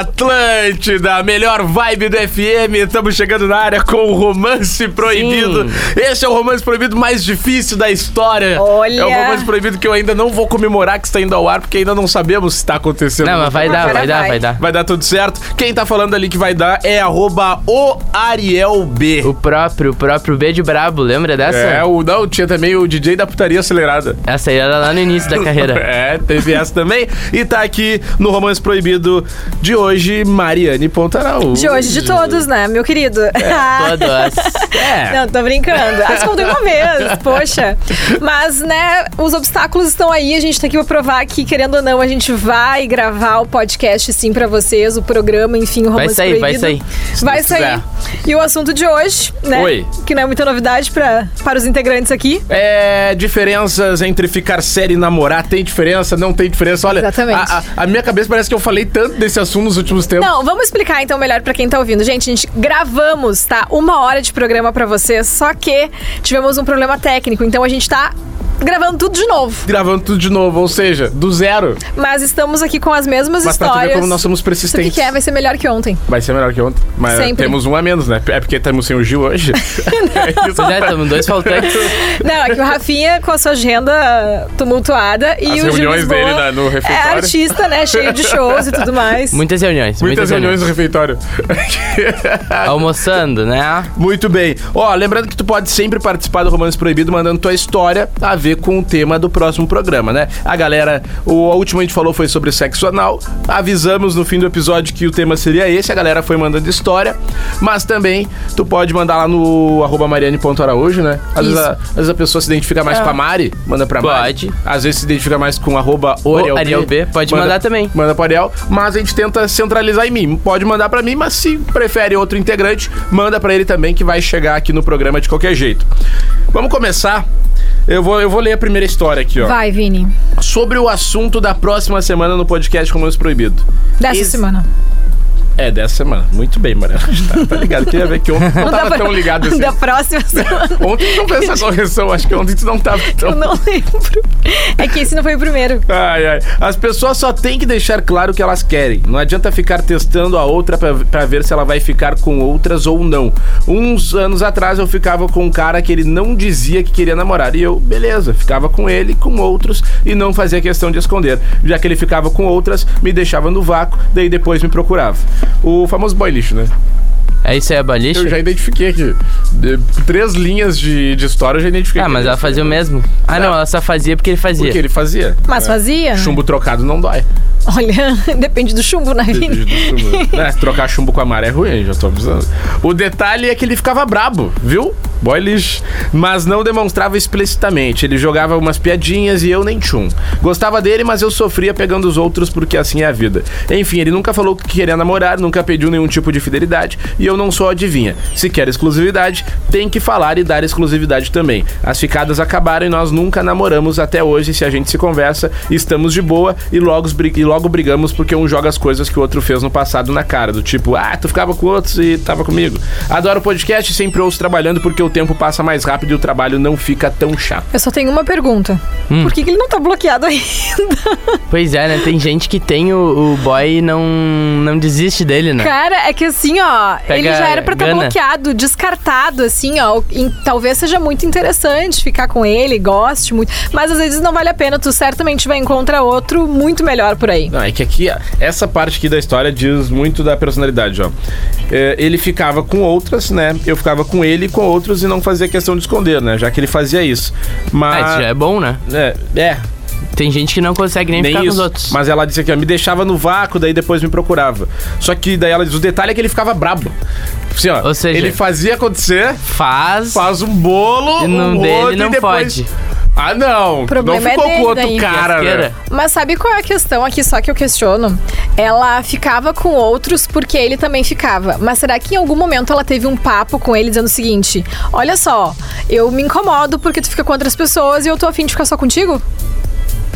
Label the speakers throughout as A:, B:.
A: Atlântida, a melhor vibe do FM. Estamos chegando na área com o Romance Proibido. Esse é o Romance Proibido mais difícil da história.
B: Olha.
A: É o Romance Proibido que eu ainda não vou comemorar que está indo ao ar, porque ainda não sabemos se está acontecendo.
C: Não, mas vai dar, vai dar, vai dar.
A: Vai dar tudo certo. Quem tá falando ali que vai dar é arroba o Ariel B.
C: O próprio, o próprio B de Brabo, lembra dessa?
A: É, o, não, tinha também o DJ da putaria acelerada.
C: Essa aí era lá no início da carreira.
A: É, teve essa também. E tá aqui no Romance Proibido de hoje, Mariane Pontarau.
B: De hoje, de todos, né, meu querido?
C: É,
B: Ah,
C: Todas.
A: É.
B: Não, tô brincando. Acho que contei uma vez, poxa. Mas, né, os obstáculos estão aí, a gente tá aqui pra provar que, querendo ou não, a gente vai gravar o podcast sim pra vocês, o programa, enfim, o
C: Vai
B: Romance
C: sair, vai
B: Proibido.
C: sair.
B: Vai
A: Deus quiser.
B: sair. E o assunto de hoje, né,
A: Oi.
B: que não é muita novidade pra, para os integrantes aqui,
A: É, diferenças entre ficar sério e namorar, tem diferença, não tem diferença? Olha,
B: Exatamente.
A: A, a- a minha cabeça parece que eu falei tanto desse assunto nos últimos tempos.
B: Não, vamos explicar então melhor pra quem tá ouvindo. Gente, a gente gravamos, tá? Uma hora de programa pra vocês, só que tivemos um problema técnico, então a gente tá gravando tudo de novo.
A: Gravando tudo de novo, ou seja, do zero.
B: Mas estamos aqui com as mesmas
A: Mas pra tu
B: histórias.
A: ver como nós somos
B: Isso que,
A: persistentes.
B: que é, vai ser melhor que ontem.
A: Vai ser melhor que ontem. Mas
B: Sempre.
A: temos um a menos, né? É porque temos sem o Gil hoje. É isso.
C: Pois é, estamos dois faltantes.
B: Não, é que o Rafinha com a sua agenda tumultuada e
A: As
B: o Gil
A: reuniões
B: Lisboa
A: dele na- no
B: É
A: refeitório.
B: artista, né? Cheio de shows e tudo mais.
C: Muitas reuniões,
A: Muitas reuniões no refeitório.
C: Almoçando, né?
A: Muito bem. Ó, lembrando que tu pode sempre participar do Romance Proibido mandando tua história a ver com o tema do próximo programa, né? A galera, o a última que a gente falou foi sobre sexo anal. Avisamos no fim do episódio que o tema seria esse, a galera foi mandando história, mas também tu pode mandar lá no arroba mariane.araújo, né? Às vezes, a, às vezes a pessoa se identifica mais com a Mari, manda pra Mari.
C: É. Pode.
A: Às vezes se identifica mais com arroba o
C: O
A: Ariel,
C: Ariel
A: B.
C: B, pode mandar também.
A: Manda pro Ariel, mas a gente tenta centralizar em mim. Pode mandar pra mim, mas se prefere outro integrante, manda pra ele também que vai chegar aqui no programa de qualquer jeito. Vamos começar. Eu vou, eu vou ler a primeira história aqui, ó.
B: Vai, Vini.
A: Sobre o assunto da próxima semana no podcast Romance Proibido.
B: Dessa
A: Esse-
B: semana.
A: É, dessa semana. Muito bem, Mariana. Tá, tá ligado? Queria ver que ontem tu não
B: da
A: tava
B: pro-
A: tão ligado assim.
B: Da próxima semana.
A: Ontem tu não fez essa correção. Acho que ontem tu não tava
B: Eu
A: tão...
B: não lembro. É que esse não foi o primeiro.
A: Ai, ai. As pessoas só têm que deixar claro o que elas querem. Não adianta ficar testando a outra pra- pra ver se ela vai ficar com outras ou não. Uns anos atrás eu ficava com um cara que ele não dizia que queria namorar. E eu, beleza, ficava com ele, com outros, e não fazia questão de esconder. Já que ele ficava com outras, me deixava no vácuo, daí depois me procurava. O famoso boy lixo, né?
C: É isso aí, a
A: Eu
C: balicha?
A: já identifiquei aqui. De- três linhas de, de história eu já identifiquei.
C: Ah, mas ela fazia o mesmo. Ah, não, ela só fazia porque ele
A: O que
C: fazia.
A: ele fazia? né?
B: Mas fazia?
A: Chumbo trocado não dói.
B: Olha, depende do chumbo, né, Vini?
A: É, trocar chumbo com a maré é ruim, já tô avisando. O detalhe é que ele ficava brabo, viu? Boy lixo. Mas não demonstrava explicitamente. Ele jogava umas piadinhas e eu nem tchum. Gostava dele, mas eu sofria pegando os outros porque assim é a vida. Enfim, ele nunca falou que queria namorar, nunca pediu nenhum tipo de fidelidade e eu não sou adivinha. Se quer exclusividade, tem que falar e dar exclusividade também. As ficadas acabaram e nós nunca namoramos até hoje. Se a gente se conversa, estamos de boa e logo, bri- e logo brigamos porque um joga as coisas que o outro fez no passado na cara. Do tipo, ah, tu ficava com outros e tava comigo. Adoro podcast, sempre ouço trabalhando porque o tempo passa mais rápido e o trabalho não fica tão chato.
B: Eu só tenho uma pergunta.
A: Hum.
B: Por que, que ele não tá bloqueado ainda?
C: Pois é, né? Tem gente que tem o, o boy e não, não desiste dele, né?
B: Cara, é que assim, ó,
C: Pega
B: ele já era pra estar tá
C: gana.
B: bloqueado, descartado, assim, ó. Em- talvez seja muito interessante ficar com ele, goste muito. Mas às vezes não vale a pena, tu certamente vai encontrar outro muito melhor por aí.
A: Não, é que aqui, ó, essa parte aqui da história diz muito da personalidade, ó. É, ele ficava com outras, né? Eu ficava com ele e com outros e não fazia questão de esconder, né? Já que ele fazia isso.
C: Ah, isso já
A: Mas.
C: é bom, né?
A: é, é,
C: Tem gente que não consegue nem,
A: nem
C: ficar com os
A: isso.
C: outros.
A: Mas ela disse aqui, ó, me deixava no vácuo, daí depois me procurava. Só que daí ela diz, o detalhe é que ele ficava brabo. Assim, ó,
C: Ou seja-
A: ele fazia acontecer,
C: Faz.
A: faz um bolo,
C: E não
A: um
C: dele
A: outro e
C: não
A: depois...
C: pode.
A: Ah, não.
B: problema
A: não ficou
B: é
A: com
B: dele
A: outro
B: daí.
A: cara, né?
C: Fiasqueira.
B: Mas sabe qual é a questão aqui, só que eu questiono? Ela ficava com outros porque ele também ficava. Mas será que em algum momento ela teve um papo com ele dizendo o seguinte: Olha só, eu me incomodo porque tu fica com outras pessoas e eu tô afim de ficar só contigo?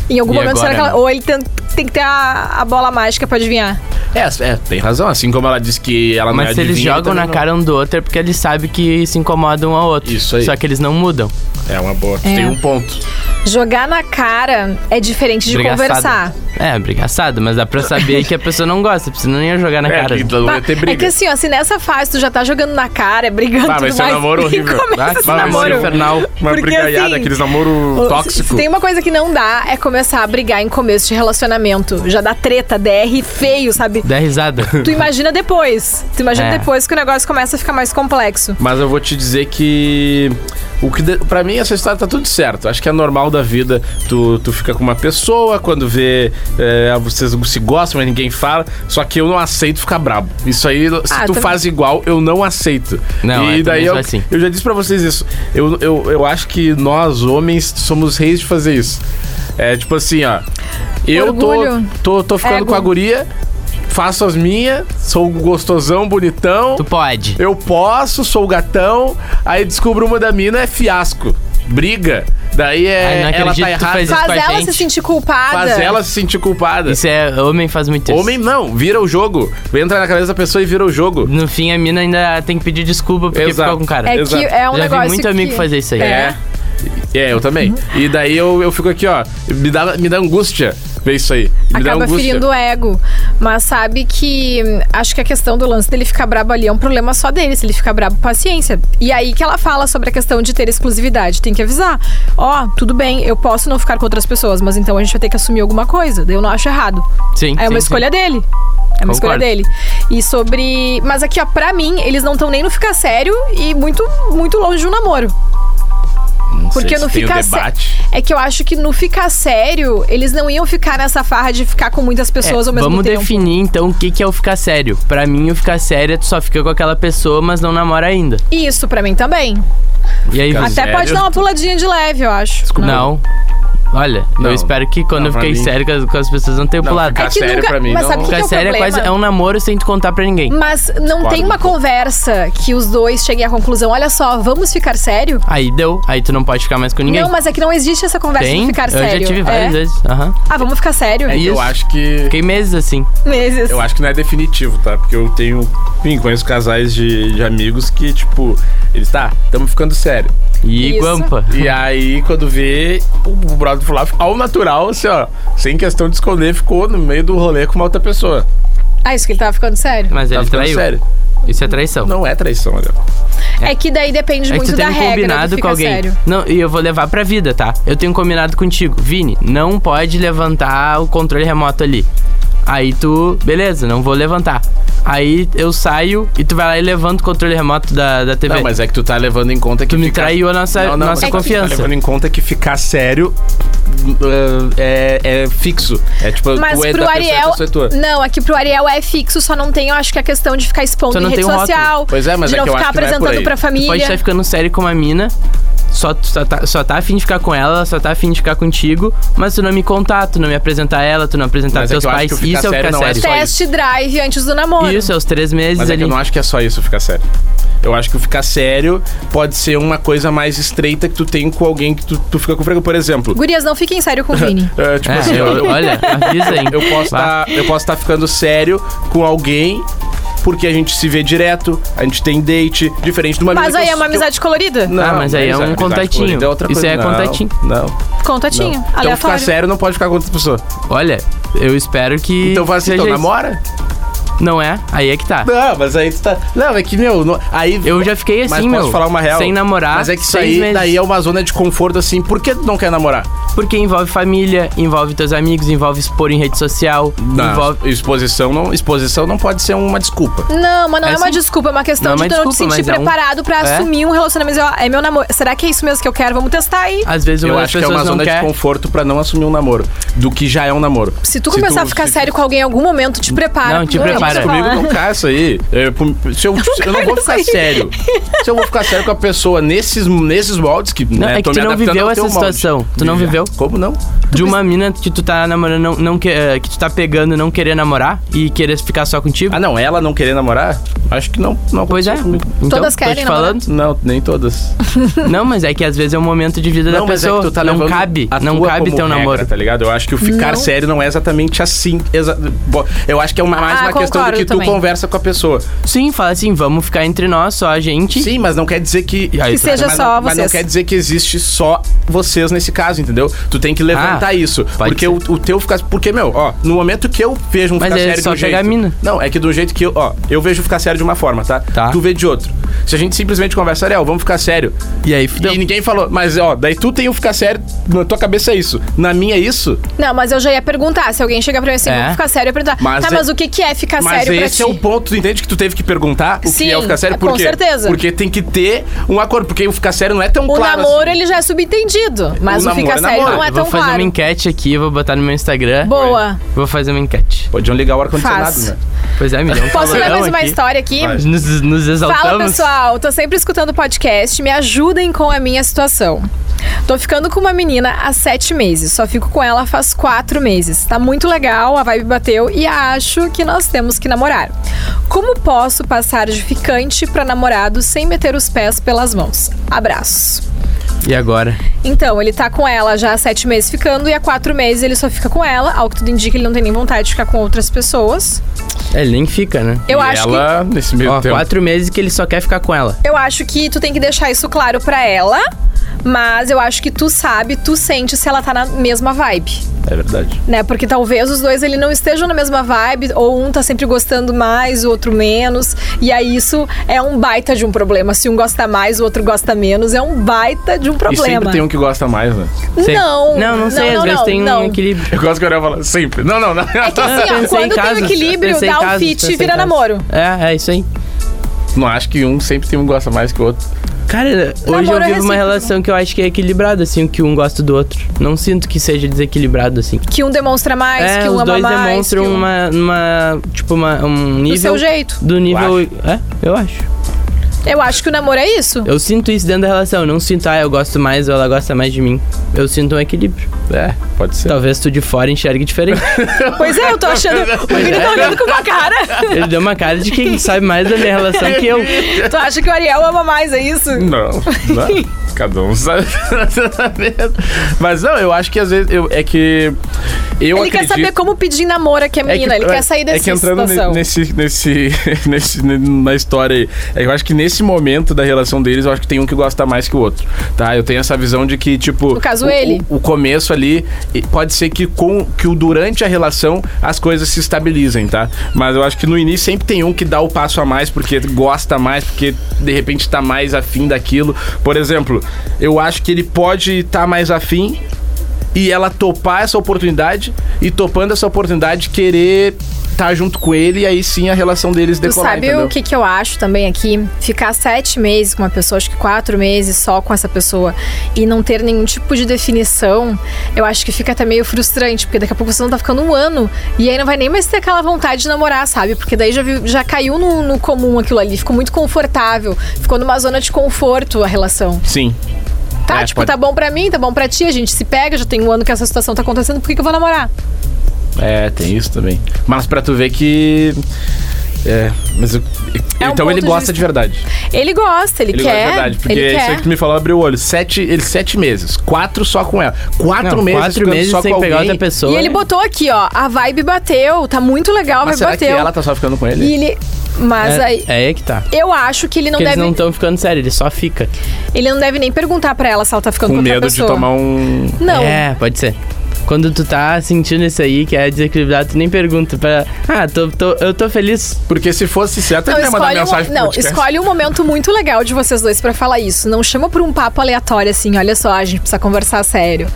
B: Em algum
C: E
B: momento, será que
C: agora?
B: ela. Ou ele tem, tem que ter a, a bola mágica pra adivinhar?
A: É, é, tem razão. Assim como ela disse que ela não é
C: Mas se eles
A: adivinha,
C: jogam
A: também
C: na
A: não.
C: cara um do outro é porque eles sabem que se incomodam um ao outro.
A: Isso aí.
C: Só que eles não mudam.
A: É uma boa. Tem um ponto.
B: Jogar na cara é diferente de
C: Brigaçada.
B: conversar.
C: É, brigaçado, mas dá pra saber que a pessoa não gosta, porque senão não ia jogar na
A: É,
C: cara.
A: que não ia ter
B: É que
A: briga.
B: assim, ó, se nessa fase tu já tá jogando na cara, brigando
A: Ah, vai
B: tudo
A: ser um
B: mais,
A: namoro
B: e
A: horrível.
B: começa
A: Ah,
B: esse
A: vai ser
B: namoro.
C: infernal.
A: Uma
B: Porque,
A: brigaiada,
B: assim,
A: aqueles namoro
B: Se-
A: tóxico.
B: Se tem uma coisa que não dá, é começar a brigar em começo de relacionamento. Já dá treta, DR feio, sabe?
C: Dá risada.
B: Tu imagina depois. Tu imagina
C: É.
B: depois que o negócio começa a ficar mais complexo.
A: Mas eu vou te dizer que. O que de- pra mim essa história tá tudo certo. Acho que é normal da vida. Tu, tu fica com uma pessoa, quando vê. é, vocês se gostam, mas ninguém fala. Só que eu não aceito ficar brabo. Isso aí, se
B: Ah,
A: tu
B: também-
A: faz igual, eu não aceito.
C: Não,
A: e
C: é, também
A: daí
C: sou
A: eu,
C: assim.
A: eu já disse pra vocês isso. Eu, eu, eu acho que nós, homens, somos reis de fazer isso. É tipo assim, ó. Eu tô,
B: Orgulho.
A: tô, tô ficando
B: Ego.
A: com a guria, faço as minhas, sou gostosão, bonitão.
C: tu pode.
A: Eu posso, sou o gatão. Aí descubro uma da mina, é fiasco. Briga. Daí
C: Ai,
A: é.
C: não
A: ela
C: acredito
A: tá
C: que tu
A: errada.
C: faz
A: Faz,
C: isso.
B: Faz
C: com a
B: ela
C: gente.
B: se sentir culpada.
A: ela se sentir culpada.
C: Isso é. Homem faz muito isso.
A: Homem não, vira o jogo. Entra na cabeça da pessoa e vira o jogo.
C: No fim, a mina ainda tem que pedir desculpa porque
A: Exato.
C: ficou com o cara.
B: É que
A: Exato.
B: é um
C: Já
B: negócio
C: vi muito
B: que...
C: amigo fazer isso aí.
A: É. É, eu também. E daí eu, eu fico aqui, ó. Me dá, me dá angústia ver isso aí. Me dá
B: acaba
A: angústia.
B: ferindo o ego. Mas sabe que hum, acho que a questão do lance dele ficar brabo ali é um problema só dele. Se ele ficar brabo, paciência. E aí que ela fala sobre a questão de ter exclusividade. Tem que avisar. Ó, tudo bem, eu posso não ficar com outras pessoas, mas então a gente vai ter que assumir alguma coisa. Daí Eu não acho errado.
C: Sim.
B: É
C: sim,
B: uma
C: sim.
B: escolha dele. É uma escolha
C: Concordo.
B: dele. E sobre. Mas aqui, ó, pra mim, eles não estão nem no ficar sério e muito, muito longe de um namoro.
A: Não sei
B: Porque
A: se
B: no
A: tem
B: ficar
A: um debate.
B: sério. É que eu acho que no ficar sério, eles não iam ficar nessa farra de ficar com muitas
C: É,
B: pessoas ao mesmo
C: vamos
B: tempo.
C: definir então o que, que é o ficar sério. Pra mim, o ficar sério é tu só fica com aquela pessoa, mas não namora ainda.
B: Isso pra mim também.
C: E aí,
A: Ficar
B: Até
A: Sério?
B: pode dar uma puladinha de leve, eu acho.
C: Não. Olha,
A: Não.
C: eu espero que quando
A: Não,
C: eu
A: pra
C: fiquei
A: mim-
C: sério com as, com as pessoas não tenha
A: Não,
C: pulado.
A: ficar
B: É que
A: sério
B: nunca-
A: pra mim.
B: mas
A: não...
B: sabe que-
C: Ficar
B: é o
C: sério é
B: problema?
C: quase é um namoro sem tu contar pra ninguém.
B: Mas não
A: Discordo
B: tem uma
A: um pouco.
B: conversa que os dois cheguem à conclusão, olha só, vamos ficar sério?
C: Aí deu, aí tu não pode ficar mais com ninguém.
B: Não, mas é que não existe essa conversa
C: Tem?
B: de ficar sério.
C: Eu já tive várias
B: É.
C: vezes. Aham.
B: Ah, vamos ficar sério?
A: É que eu
C: Isso.
A: acho que.
C: Fiquei meses assim.
B: Meses.
A: Eu acho que não é definitivo, tá? Porque eu tenho. Enfim, conheço casais de, de amigos que, tipo, eles, tá, estamos ficando sério.
C: E
B: Isso.
C: guampa.
A: E aí, quando vê, o o brother foi lá, ao natural, assim, ó, sem questão de esconder, ficou no meio do rolê com uma outra pessoa.
B: Ah, isso que ele tava ficando sério?
C: Mas
A: Tá
C: ele
A: ficando
C: traiu.
A: sério.
C: Isso é traição.
A: Não é traição, olha.
B: É que daí depende
C: É que
B: muito
C: tu tem
B: da
C: um
B: regra. do
C: combinado
B: ficar
C: com alguém.
B: Sério.
C: Não, e eu vou levar pra vida, tá? Eu tenho um combinado contigo. Vini, não pode levantar o controle remoto ali. Aí tu, beleza, não vou levantar. Aí eu saio e tu vai lá e levanta o controle remoto da, da TV.
A: Não, mas é que tu tá levando em conta que.
C: Tu me
A: ficar-
C: traiu a nossa- nossa
A: mas
C: confiança.
A: Tu tá levando em conta que ficar sério uh, é, é fixo. É tipo,
B: Mas
A: tu é
B: pro
A: da pessoa,
B: Ariel.
A: a pessoa é tua.
B: Não, aqui pro Ariel é fixo, só não tem, eu acho que a questão de ficar expondo
C: Só
B: em
C: não
B: rede
C: tem um rótulo.
B: social.
A: Pois é, mas
B: de
A: é
B: não
A: que eu
B: ficar
A: acho que não é por
B: apresentando
A: aí.
B: pra
C: Tu
B: família.
C: pode estar ficando sério com uma mina, só, só, tá, só tá afim de ficar com ela, só tá afim de ficar contigo, mas tu não me contar, tu não me apresentar ela, tu não apresentar
A: Mas é
C: teus
A: que eu acho
C: pais.
A: que o ficar
C: Isso é o
A: sério
C: ficar
A: não é
C: sério.
A: só
B: Test drive antes do namoro.
C: Isso, é os três meses
A: Mas é
C: ali.
A: que eu não acho que é só isso ficar sério. Eu acho que o ficar sério pode ser uma coisa mais estreita que tu tem com alguém que tu, tu fica com frequência. Por exemplo,
B: Gurias, não fiquem sério com o Vini.
A: é, tipo
C: É,
A: assim,
C: eu-
A: eu,
C: olha, avisa aí.
A: eu posso
C: Bah.
A: estar ficando sério com alguém porque a gente se vê direto, a gente tem date, diferente de uma
B: Mas
A: menina
B: aí
A: que eu-
B: é uma
A: que eu-
B: amizade colorida?
A: Não,
C: Ah, mas aí é
A: amizade
C: um
A: colorida
C: contatinho.
A: é outra
C: Isso
A: coisa.
C: aí é
A: Não,
C: contatinho.
A: Não. não.
B: Contatinho,
A: Então ficar
B: aleatório.
A: sério não pode ficar com outra pessoa.
C: Olha, eu espero que.
A: Então fala assim,
C: seja
A: então
C: isso.
A: namora?
C: Não é? Aí é que tá.
A: Não, mas aí tu tá. Não, é que, meu, não- aí.
C: Eu já fiquei assim,
A: Mas
C: meu.
A: posso falar uma real?
C: Sem namorar.
A: Mas é que isso
C: seis
A: aí
C: meses.
A: daí é uma zona de conforto assim. Por que tu não quer namorar?
C: Porque envolve família, envolve teus amigos, envolve expor em rede social, envolve.
A: Exposição não, exposição não pode ser uma desculpa.
B: Não, mas não é,
C: É
B: uma
C: sim.
B: desculpa, é uma questão
C: Não é
B: de tu
C: uma
B: não te
C: desculpa,
B: sentir
C: mas é um-
B: preparado pra
C: É?
B: assumir um relacionamento. Mas, ó, é meu namoro. Será que é isso mesmo que eu quero? Vamos testar aí.
C: Às vezes uma
A: Eu
C: das
A: acho que é
C: pessoas
A: uma
C: não
A: zona
C: quer.
A: de conforto pra não assumir um namoro, do que já é um namoro.
B: Se tu começar a ficar
A: se-
B: sério com alguém em algum momento, te prepara.
C: Não, te
B: porque
C: prepara, para.
A: Tá comigo não cai isso aí. Eu, se eu, se eu não vou ficar sério. Se eu vou ficar sério com a pessoa nesses, nesses moldes que.
C: Não,
A: né,
C: é que
A: tô
C: tu
A: me
C: não
A: adaptando
C: viveu
A: ao
C: essa
A: teu molde.
C: situação. Tu não
A: Já.
C: viveu?
A: Como não?
C: De uma mina que tu tá namorando, não, não que, eh, que tu tá pegando e não querer namorar e querer ficar só contigo?
A: Ah, não, ela não querer namorar? Acho que não. não
C: Pois é.
A: aconteceu comigo.
C: Então,
B: tipo, Todas
C: tô
B: querem
C: te falando.
A: Não, nem todas.
C: Não, mas é que às vezes é um momento de vida da
A: mas é que
C: pessoa.
A: tu tá
C: não
A: levando
C: cabe,
A: a
C: não
A: tua
C: cabe
A: como
C: teu
A: regra,
C: namoro.
A: Tá ligado? Eu acho que o ficar
B: Não.
A: sério não é exatamente assim. exa- Bo- Eu acho que é uma, mais
B: Ah,
A: uma questão do
B: concordo
A: que tu
B: também.
A: conversa com a pessoa.
C: Sim, fala assim, vamos ficar entre nós, só a gente.
A: Sim, mas não quer dizer que.
C: E aí,
B: Que
C: tu-
B: seja
A: mas,
B: só
A: não, mas não
B: vocês.
A: quer dizer que existe só vocês nesse caso, entendeu? Tu tem que levantar
C: Ah,
A: isso.
C: pode
A: Porque
C: ser.
A: o, o teu ficar. Porque, meu, ó, no momento que eu vejo um
C: Mas
A: ficar
C: é
A: sério
C: só
A: de um jeito.
C: pegar a mina.
A: Não, é que do jeito que eu. Ó, eu vejo ficar sério de uma forma, tá?
C: Tá.
A: Tu vê de outro. Se a gente simplesmente conversa, Ariel, vamos ficar sério.
C: E aí, fudeu.
A: E ninguém falou, mas ó, daí tu tem o ficar sério, na tua cabeça é isso, na minha é isso,
B: Não, mas eu já ia perguntar. Se alguém chegar pra mim assim,
C: É.
B: vamos ficar sério, eu ia perguntar.
A: Mas
B: tá,
A: é-
B: mas o que, que é ficar
A: Mas
B: sério pra
A: esse
B: ti?
A: é o ponto, tu entende que tu teve que perguntar o
B: Sim,
A: que é o ficar sério? Por
B: com
A: quê?
B: certeza.
A: Porque tem que ter um acordo, porque o ficar sério não é tão
B: O
A: claro
B: namoro,
A: assim.
B: ele já é subentendido. Mas o,
A: namoro
B: ficar
A: é
B: sério
A: namoro.
B: não é
C: Eu vou
B: tão
C: fazer
B: claro.
C: uma enquete aqui, vou botar no meu Instagram.
B: Boa.
C: Vou fazer uma enquete.
A: Podiam ligar o ar-condicionado,
B: Faz.
A: né?
C: Pois é, me deu um
B: Posso ler
C: calorão
B: mais uma
C: aqui.
B: história aqui?
A: Vai.
C: Nos, nos
A: Então
C: exaltamos.
B: Fala pessoal, tô sempre escutando podcast, me ajudem com a minha situação. Tô ficando com uma menina há sete meses, só fico com ela faz quatro meses. Tá muito legal, a vibe bateu e acho que nós temos que namorar. Como posso passar de ficante pra namorado sem meter os pés pelas mãos? Abraço.
C: E agora?
B: Então, ele tá com ela já há sete meses ficando e há quatro meses ele só fica com ela, ao que tudo indica ele não tem nem vontade de ficar com outras pessoas.
C: É, Ele nem fica, né?
B: Eu
A: e
B: acho que
A: ela, nesse meio
C: Ó,
A: tempo.
C: quatro meses que ele só quer ficar com ela.
B: Eu acho que tu tem que deixar isso claro pra ela, mas eu acho que tu sabe, tu sente se ela tá na mesma vibe.
A: É verdade.
B: Né? Porque talvez os dois ele não estejam na mesma vibe, ou um tá sempre gostando mais, o outro menos. E aí isso é um baita de um problema. Se um gosta mais, o outro gosta menos, é um baita de um
A: E sempre
B: problema.
A: tem um que gosta mais, né?
C: Sei.
B: Não,
C: um- Não, não sei,
B: não,
C: às vezes
B: não,
C: tem
B: não.
C: um equilíbrio.
A: Eu gosto que o Ariel fala, sempre. Não, não, não.
B: É que assim, ó,
C: Ah, Pensei em
B: quando tem
C: casos,
B: o equilíbrio,
C: pensei em
B: dá o
C: casos,
B: fit
C: pensei
B: e
C: em
B: vira
C: casos.
B: namoro.
C: É, é isso aí.
A: Não acho que um sempre tem um que gosta mais que o outro.
C: Cara, hoje
B: Namoro é
C: eu vivo
B: recíproco.
C: uma relação que eu acho que é equilibrada, assim, o que um gosta do outro. Não sinto que seja desequilibrado, assim.
B: Que um demonstra mais,
C: é,
B: que um
C: os
B: ama
C: dois
B: mais.
C: demonstram
B: que um...
C: uma, uma- Tipo, uma, um nível.
B: Do seu jeito.
C: Do nível.
A: acho.
C: é, eu acho.
B: Eu acho que o namoro é isso.
C: Eu sinto isso dentro da relação. Eu não sinto, ah, eu gosto mais ou ela gosta mais de mim. Eu sinto um equilíbrio.
A: É, pode ser.
C: Talvez tu de fora enxergue diferente.
B: Pois é, eu tô achando. O menino tá olhando com uma cara.
C: Ele deu uma cara de quem sabe mais da minha relação que eu.
B: Tu acha que o Ariel ama mais, é isso?
A: Não, não. Cada um sabe. Mas não, eu acho que às vezes. Eu, é que. Eu
B: ele quer
A: acredito...
B: saber como pedir em namoro aqui a
A: É
B: menina. ele
A: é-
B: quer sair dessa
A: é que entrando ne-
B: situação.
A: Nesse, nesse, nesse, na história aí, é que eu acho que nesse momento da relação deles, eu acho que tem um que gosta mais que o outro, tá? Eu tenho essa visão de que, tipo...
B: No caso,
A: o,
B: ele.
A: O, o começo ali, e pode ser que, com, que o durante a relação as coisas se estabilizem, tá? Mas eu acho que no início sempre tem um que dá o passo a mais porque gosta mais, porque de repente tá mais afim daquilo. Por exemplo, eu acho que ele pode estar mais afim e ela topar essa oportunidade e topando essa oportunidade querer estar junto com ele e aí sim a relação deles
B: Tu
A: decolar,
B: sabe
A: entendeu?
B: o que, que eu acho também aqui? Ficar sete meses com uma pessoa, acho que quatro meses só com essa pessoa e não ter nenhum tipo de definição, eu acho que fica até meio frustrante, porque daqui a pouco você não tá ficando um ano e aí não vai nem mais ter aquela vontade de namorar, sabe? Porque daí já, vi- já caiu no, no comum aquilo ali, ficou muito confortável, ficou numa zona de conforto a relação.
A: Sim.
B: Tá,
A: É,
B: tipo,
A: pode-
B: tá bom pra mim, tá bom pra ti, a gente se pega, já tem um ano que essa situação tá acontecendo, por que, que eu vou namorar?
A: É, tem isso também. Mas pra tu ver que. É, mas eu-
B: É um
A: então ele
B: ponto de
A: gosta de,
B: vista.
A: verdade.
B: Ele gosta, ele,
A: Ele
B: quer.
A: gosta de verdade, porque é
B: ele
A: isso aí
B: quer.
A: que tu me falou abriu o olho. Sete, ele sete meses, quatro só com ela, quatro
C: Não,
A: meses,
C: quatro
A: ficando
C: meses
A: só
C: sem
A: com
C: pegar
A: alguém.
C: outra pessoa.
B: E ele botou aqui, ó, a vibe bateu, tá muito legal, a
A: Mas
B: vibe
A: será
B: bateu.
A: que ela tá só ficando com ele?
B: E ele. Mas
C: É,
B: aí.
C: é aí que tá.
B: Eu acho que ele não
C: Porque
B: deve.
C: eles não estão ficando sério, ele só fica.
B: Ele não deve nem perguntar pra ela se ela tá ficando
A: Com
B: com, outra
A: medo de
B: pessoa.
A: tomar um.
B: Não.
C: É, pode ser. Quando tu tá sentindo isso aí, que é desequilibrado, tu nem pergunta pra. Ah, tô, tô- eu tô feliz.
A: Porque se fosse certo,
B: Não,
A: ele ia mandar
B: escolhe,
A: mensagem
B: um,
A: pro
B: não
A: podcast.
B: escolhe um momento muito legal de vocês dois pra falar isso. Não chama por um papo aleatório assim, olha só, a gente precisa conversar sério.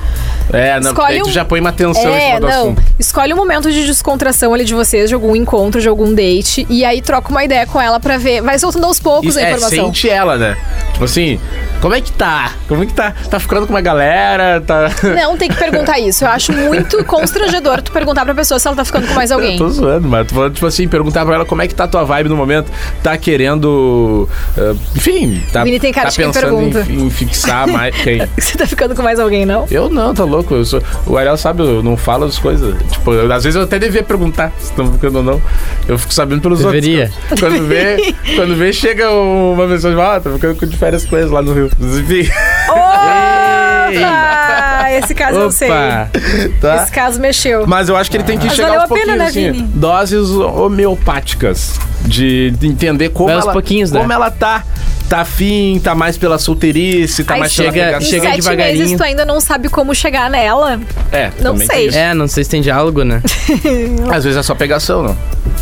A: É, não,
B: Escolhe
A: daí tu
B: um-
A: já põe uma tensão em
B: É,
A: cima do
B: não.
A: assunto.
B: Escolhe um momento de descontração ali de vocês, de algum encontro, de algum date, e aí troca uma ideia com ela pra ver. Vai soltando aos poucos
A: Isso,
B: a
A: é,
B: informação.
A: sente ela, né? Tipo assim, como é que tá? Como é que tá? Tá ficando com uma galera? Tá.
B: Não tem que perguntar isso. Eu acho muito constrangedor tu perguntar pra pessoa se ela tá ficando com mais alguém.
A: Eu tô zoando, mas tô falando, tipo assim, perguntar pra ela como é que tá a tua vibe no momento. Tá querendo. eh, enfim, tá,
B: O Vini tem cara
A: tá
B: de quem
A: pensando em,
B: pergunta.
A: em fixar mais. quem?
B: Você tá ficando com mais alguém, não?
A: Eu não, tá louco. Eu sou, o Ariel sabe, eu não falo as coisas. Tipo, eu- às vezes eu até devia perguntar se estão ficando ou não. Eu fico sabendo pelos
C: Deveria.
A: outros. Quando vê, quando vê, chega uma mensagem e fala, ah, tá ficando com de férias com eles lá no Rio. Mas, Enfim.
B: Opa! Esse caso eu não sei.
A: Tá?
B: Esse caso mexeu.
A: Mas eu acho que ele tem que
B: Mas
A: chegar
B: valeu
A: aos
B: a pena,
A: pouquinhos,
B: né,
A: assim,
B: Vini?
A: doses homeopáticas de de entender como
C: Vai aos
A: ela,
C: pouquinhos, né?
A: como ela tá. Tá afim, tá mais pela solteirice, tá
B: Aí
A: mais
C: chega-
A: pela
B: Em
C: chega
B: sete
C: devagarinho.
B: meses tu ainda não sabe como chegar nela.
A: É,
B: não
A: também
B: sei.
A: tem isso.
C: É, não sei se tem diálogo, né?
A: Às vezes é só pegação, não.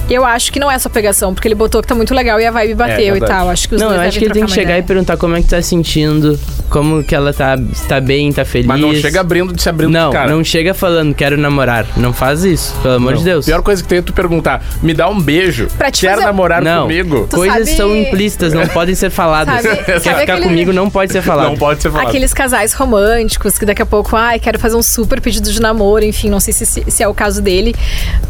B: Eu acho que não é só pegação, porque ele botou que tá muito legal e a vibe bateu e
A: verdade.
B: tal. Acho que os
C: É não,
B: dois
C: eu acho que ele
B: devem
C: tem que
B: trocar
C: chegar
B: uma
C: e perguntar como é que tá sentindo, como que ela tá, se tá bem, tá feliz.
A: Mas não chega abrindo de se abrindo
C: Não,
A: pro cara.
C: não chega falando quero namorar. Não faz isso, pelo amor de Deus.
A: Pior coisa que tem é tu perguntar, me dá um beijo,
B: Pra te
A: quer
B: fazer-
A: namorar
C: não,
A: comigo?
B: Tu
C: coisas
B: sabe-
C: são implícitas, não podem ser faladas.
B: Sabe-
C: Quer
B: sabe
C: ficar
B: aquele-
C: comigo, não pode ser falado.
A: Não pode ser falado.
B: Aqueles casais românticos que daqui a pouco, ai, quero fazer um super pedido de namoro, enfim, não sei se, se- se é o caso dele.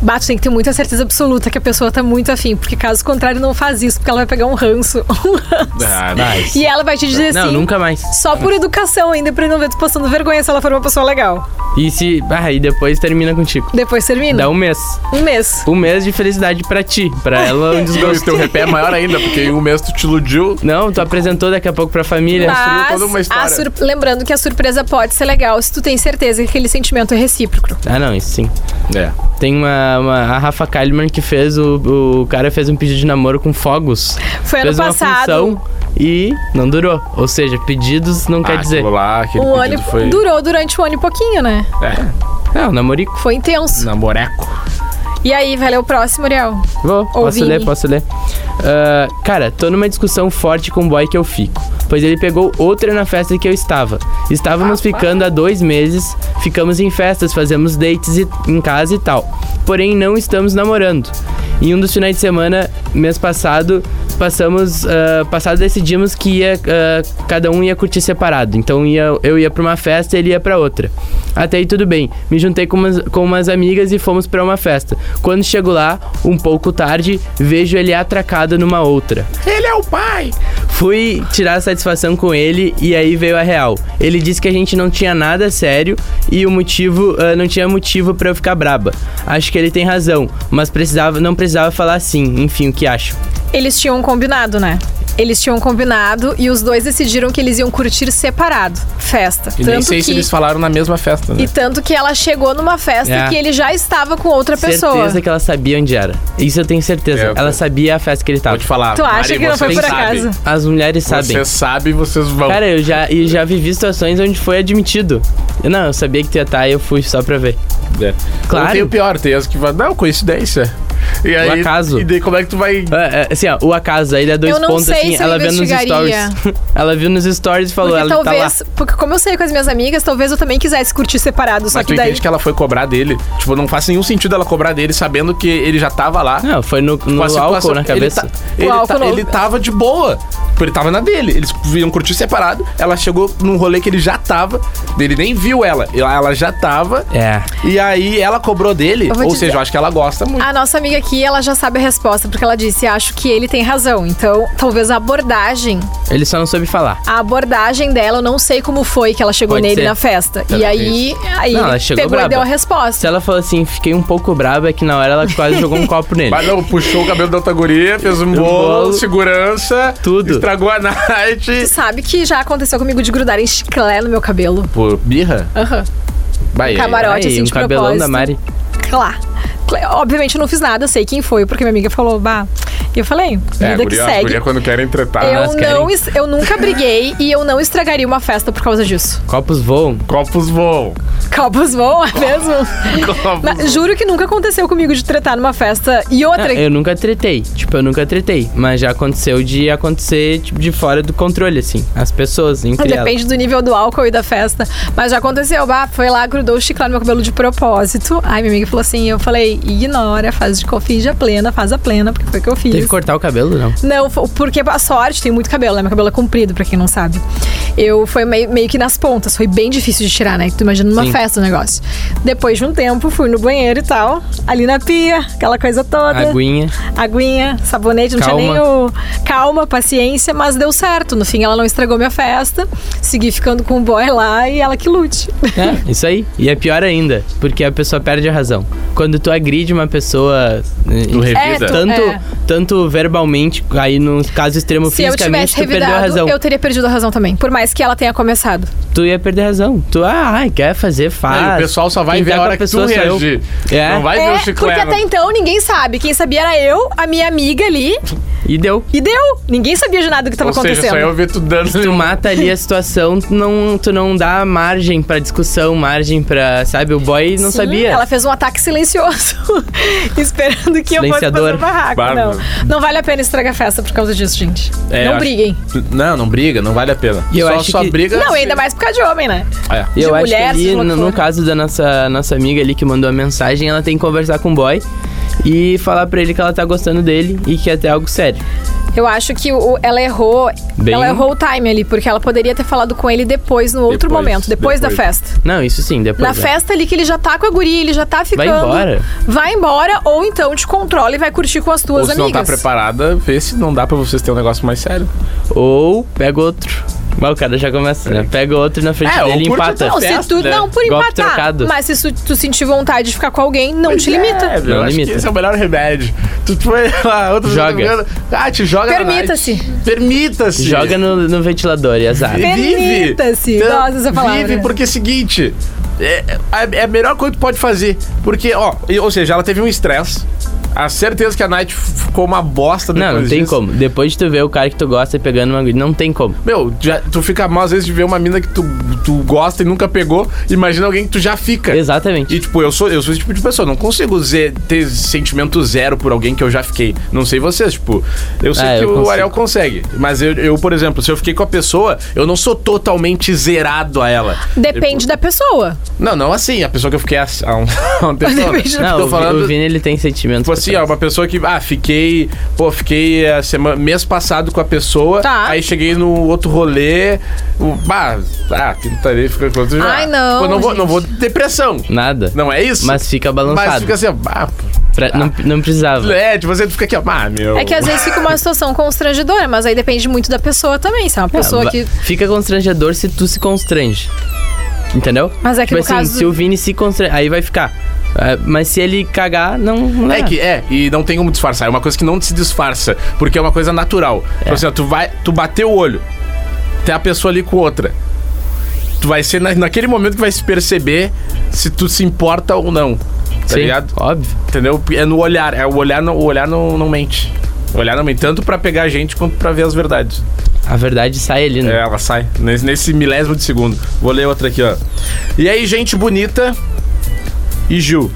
B: Bato, tem que ter muita certeza absoluta que a pessoa tá muito afim, porque caso contrário não faz isso, porque ela vai pegar um ranço. Um ranço.
A: Ah, nice.
B: E ela vai te dizer
C: Não,
B: assim.
C: nunca mais.
B: Só por educação ainda, pra não ver tu passando vergonha se ela for uma pessoa legal.
C: E se. Ah, e depois termina contigo.
B: Depois termina.
C: Dá um mês.
B: Um mês.
C: Um mês de felicidade pra ti. Pra ela, um
A: Não, e
C: desgosto.
A: teu repé é maior ainda, porque em um mês tu te iludiu.
C: Não, tu apresentou daqui a pouco pra família.
B: Tá.
A: construiu toda uma história.
B: a sur- lembrando que a surpresa pode ser legal se tu tem certeza que aquele sentimento é recíproco.
C: Ah, não, isso sim.
A: É.
C: Tem uma, uma- A Rafa Kalimann que fez o. O cara fez um pedido de namoro com fogos.
B: Foi ano
C: fez uma
B: passado. um
C: função e não durou. Ou seja, pedidos não quer dizer.
A: Ah, Lá, aquele
B: Um ano
A: pedido foi...
B: durou durante um ano e pouquinho, né?
A: É,
C: Não, namorico.
B: Foi intenso.
A: namoreco.
B: E aí, vai ler o próximo, Ariel?
C: Vou, posso
B: Vini.
C: ler, posso ler. Ah, cara, tô numa discussão forte com o boy que eu fico. Pois ele pegou outra na festa que eu estava. Estávamos ficando há dois meses, ficamos em festas, fazemos dates e- em casa e tal. Porém, não estamos namorando. Em um dos finais de semana, mês passado, passamos. ah, passado decidimos que ia. ah, cada um ia curtir separado. Então ia, eu ia pra uma festa e ele ia pra outra. Até aí tudo bem. Me juntei com umas, com umas amigas e fomos pra uma festa. Quando chego lá, um pouco tarde, vejo ele atracado numa outra.
A: Ele é o pai!
C: Fui tirar a satisfação com ele e aí veio a real. Ele disse que a gente não tinha nada sério e o motivo ah, não tinha motivo pra eu ficar braba. Acho que ele tem razão, mas precisava não precisava falar assim. Enfim, o que acho?
B: Eles tinham combinado, né? Eles tinham combinado e os dois decidiram que eles iam curtir separado. Festa.
A: E nem
B: tanto
A: sei
B: que...
A: se eles falaram na mesma festa, né?
B: E tanto que ela chegou numa festa
C: É.
B: que ele já estava com outra pessoa.
C: Certeza que ela sabia onde era. Isso eu tenho certeza.
A: É, eu-
C: ela sabia a festa que ele tava.
A: Vou te falar.
B: Tu acha que não foi
A: vocês
B: por
A: sabem.
B: acaso?
C: As mulheres sabem.
A: Vocês sabem, vocês vão.
C: Cara, eu já, e já vivi situações onde foi admitido. Eu- Não, eu sabia que tu ia estar e eu fui só pra ver.
A: É.
C: Claro.
A: Ou Tem o pior, tem as que falam, não, coincidência. E aí,
C: acaso.
A: E daí como é que tu vai...
C: É, é, Assim, ó, o acaso, aí dá dois
B: Eu não
C: pontos
B: sei
C: assim,
B: se eu
C: ela vendo nos stories.
B: investigaria.
C: ela viu nos stories e falou,
B: Porque
C: ela
B: talvez,
C: tá
B: porque como eu sei com as minhas amigas, talvez eu também quisesse curtir separado, só
A: Mas tu
B: que daí
A: entende que ela foi cobrar dele. Tipo, não faz nenhum sentido ela cobrar dele sabendo que ele já tava lá.
C: lá. Não, foi no,
A: Com
C: no
A: a situação-
C: álcool na cabeça.
A: Ele, tá- ele,
B: álcool
A: tá-
B: não.
A: ele tava de boa. porque Ele tava na dele. Eles viram curtir separado. Ela chegou num rolê que ele já tava. Ele nem viu ela. Ela ela já tava.
C: É.
A: E aí ela cobrou dele.
B: Eu vou
A: Ou
B: te
A: seja,
B: dizer-
A: eu acho que ela gosta muito.
B: A nossa amiga aqui, ela já sabe a resposta, porque ela disse, acho que ele tem razão. Então, talvez a abordagem,
C: Ele só não soube falar.
B: a abordagem dela, eu não sei como foi que ela chegou
C: Pode
B: nele
C: ser.
B: na festa.
A: Também
B: e aí, aí
C: Não, ela chegou
B: pegou
C: braba.
B: e deu a
C: Se
B: resposta.
C: ela falou assim, fiquei um pouco braba, é que na hora ela quase jogou um copo nele.
A: Mas não, puxou o cabelo da outra guria, fez um bolo,
C: bolo,
A: segurança,
C: tudo.
A: Estragou a night.
B: Tu sabe que já aconteceu comigo de grudarem chiclé no meu cabelo.
A: Por birra?
B: Aham.
A: Bahia.
B: Camarão. camarote,
C: Aí,
B: assim,
C: um
B: de
C: cabelão
B: propósito.
C: da Mari.
B: Claro. Obviamente eu não fiz nada, sei quem foi, porque minha amiga falou, bah, E eu falei, vida
A: É,
B: que
A: guria, as
B: segue.
A: guria quando querem tretar,
B: Eu,
A: né?
C: elas querem.
B: não, es- eu nunca briguei e eu não estragaria uma festa por causa disso.
C: Copos voam.
A: Copos voam.
B: Copos vão, é mesmo?
A: Copos
B: Mas juro que nunca aconteceu comigo de tretar numa festa e outra.
C: Ah, eu nunca tretei, tipo, eu nunca tretei, mas já aconteceu de acontecer tipo, de fora do controle, assim, as pessoas, entre elas.
B: Depende do nível do álcool e da festa. Mas já aconteceu. Bah, foi lá, grudou o chiclete no meu cabelo de propósito. Aí minha amiga falou assim: eu falei, ignora, faz de cofinja plena, faz a plena, porque foi o que eu fiz.
C: Teve que cortar o cabelo, não?
B: Não, fo- porque a sorte tem muito cabelo, né? Meu cabelo é comprido, pra quem não sabe. Eu foi meio, meio que nas pontas, foi bem difícil de tirar, né? Tu imagina numa
C: Sim.
B: festa o negócio. Depois de um tempo, fui no banheiro e tal, ali na pia, aquela coisa toda.
C: Aguinha.
B: Aguinha, sabonete, não tinha
C: Calma.
B: nem o. Calma, paciência, mas deu certo. No fim, ela não estragou minha festa. Segui ficando com o boy lá e ela que lute.
C: É, isso aí. E é pior ainda, porque a pessoa perde a razão. Quando tu agride uma pessoa. eh,
A: Tu revida.
B: É, tu-
C: Tanto,
B: é.
C: tanto verbalmente, aí no caso extremo
B: Se eu
C: fisicamente,
B: tivesse
C: tu perdeu a
B: revidado,
C: razão.
B: eu teria perdido a razão também. Por mais que ela tenha começado.
C: Tu ia perder a razão. Tu, ah, ai, quer fazer, faz.
A: Aí o pessoal só vai
C: Quem
A: ver
C: tá
A: a
C: com
A: hora que tu
C: pessoa sou eu.
A: reagir.
C: É.
A: Não vai ver
B: é,
A: o
B: porque
A: chiclete.
B: até então ninguém sabe. Quem sabia era eu, a minha amiga ali.
C: E deu.
B: E deu! Ninguém sabia de nada do que tava
A: Ou seja,
B: tá acontecendo.
A: só eu ver tu dando.
C: Tu mata ali a situação, tu não, tu não dá margem pra discussão, margem pra, sabe? O boy não
B: Sim,
C: sabia.
B: Ela fez um ataque silencioso, esperando que eu fosse fazer
C: Silenciador.
B: um barraco.
A: Bárbaro.
B: Não. não vale a pena estragar a festa por causa disso, gente.
A: É,
B: não
A: acho-
B: briguem.
A: Não, não briga, não vale a pena.
C: E eu
A: só
C: acho
A: só
C: que-
A: briga.
B: Não,
A: se-
B: ainda mais por causa de homem, né?
A: É.
C: E eu
B: mulher,
C: acho que
B: seja
C: ali,
B: lá o que
C: no,
B: for.
C: no caso da nossa, nossa amiga ali que mandou a mensagem, ela tem que conversar com o boy e falar pra ele que ela tá gostando dele e que é até algo sério.
B: Eu acho que o- ela errou.
C: Bem-
B: Ela errou o time ali, porque ela poderia ter falado com ele depois, no outro
A: Depois,
B: momento, depois, da
A: depois. é.
B: festa.
C: Não, isso sim, depois.
B: Na
C: né?
B: festa ali que ele já tá com a guria, ele já tá ficando.
C: embora.
B: Vai embora, ou então te controla e vai curtir com as
A: Ou
B: tuas
A: se não
B: amigas.
A: tá preparada, vê se não dá pra vocês terem um negócio mais sério.
C: Ou pega outro. Mas o cara já começa, né? Pega outro na frente
A: É, ou
C: dele e
A: curte
C: empata.
A: outra
B: Não, se
A: Festa,
B: tu
A: né?
B: não por
C: Golpe
B: empatar,
C: trocado.
B: mas se tu, tu sentir vontade de ficar com alguém, não te limita.
A: É, velho,
C: Não
A: eu acho
C: limita.
A: que esse é o melhor remédio. Tu foi lá, outro
C: Joga.
A: Ah, te joga na
B: Permita-se.
A: night. Permita-se.
C: Joga no, no ventilador e azar.
A: E vive. Então,
B: Permita-se. Nossa, essa palavra.
A: Vive porque é o seguinte. É, é- é a melhor coisa que tu pode fazer. Porque, ó, e- ou seja, ela teve um estresse. A certeza que a Night f- ficou uma bosta depois
C: Não, não tem
A: disso.
C: como. Depois de tu ver o cara que tu gosta pegando uma guria, não tem como.
A: Meu, já- tu fica mal às vezes de ver uma mina que tu, tu gosta e nunca pegou. Imagina alguém que tu já fica.
C: Exatamente.
A: E, tipo, eu sou, eu sou esse tipo de pessoa. eu Não consigo ze- ter sentimento zero por alguém que eu já fiquei. Não sei vocês, tipo. Eu sei
C: Ah,
A: que
C: eu
A: o
C: consigo.
A: Ariel consegue. Mas eu, eu, por exemplo, se eu fiquei com a pessoa, eu não sou totalmente zerado a ela.
B: Depende da pessoa.
A: Não, não assim. A pessoa que eu fiquei há, há um, há um tempo.
B: Depende da-
A: Não,
C: Não,
A: tô
C: o, Vi- o
A: falando.
C: Vini ele tem sentimentos.
A: Tipo assim,
C: pra
A: ó,
C: trás.
A: uma pessoa que. Ah, fiquei. Pô, fiquei a semana, mês passado com a pessoa.
B: Tá.
A: Aí cheguei no outro rolê. O, bah, ah, tentarei ficar com outro.
B: Ai, não,
A: Pô, tipo, não, vou,
B: gente.
A: não vou. Depressão.
C: Nada.
A: Não é isso?
C: Mas fica balançado.
A: Mas fica assim, ó. bah,
C: Pra- não, não precisava.
A: É, tipo, você fica aqui, ó. Ah, meu.
B: É que às vezes fica uma situação constrangedora, mas aí depende muito da pessoa também. Se é uma pessoa
C: Va-
B: que.
C: Fica constrangedor se tu se constrange. Entendeu?
B: Mas é que
C: tipo
B: no
C: assim,
B: caso-
C: se o Vini se constrange, aí vai ficar. É, mas se ele cagar, não. não
A: É que é, e não tem como disfarçar. É uma coisa que não se disfarça, porque é uma coisa natural. Tipo assim, ó, tu vai, tu bater o olho, tem a pessoa ali com outra. Tu vai ser na- naquele momento que vai se perceber se tu se importa ou não. Tá
C: Sim,
A: ligado?
C: Óbvio.
A: Entendeu? É no olhar. É o olhar não, o olhar não, não mente. O olhar não mente. Tanto pra pegar a gente quanto pra ver as verdades.
C: A verdade sai ali,
A: É,
C: né?
A: ela sai. Nesse, nesse milésimo de segundo. Vou ler outra aqui, ó. E aí, gente bonita e Gil.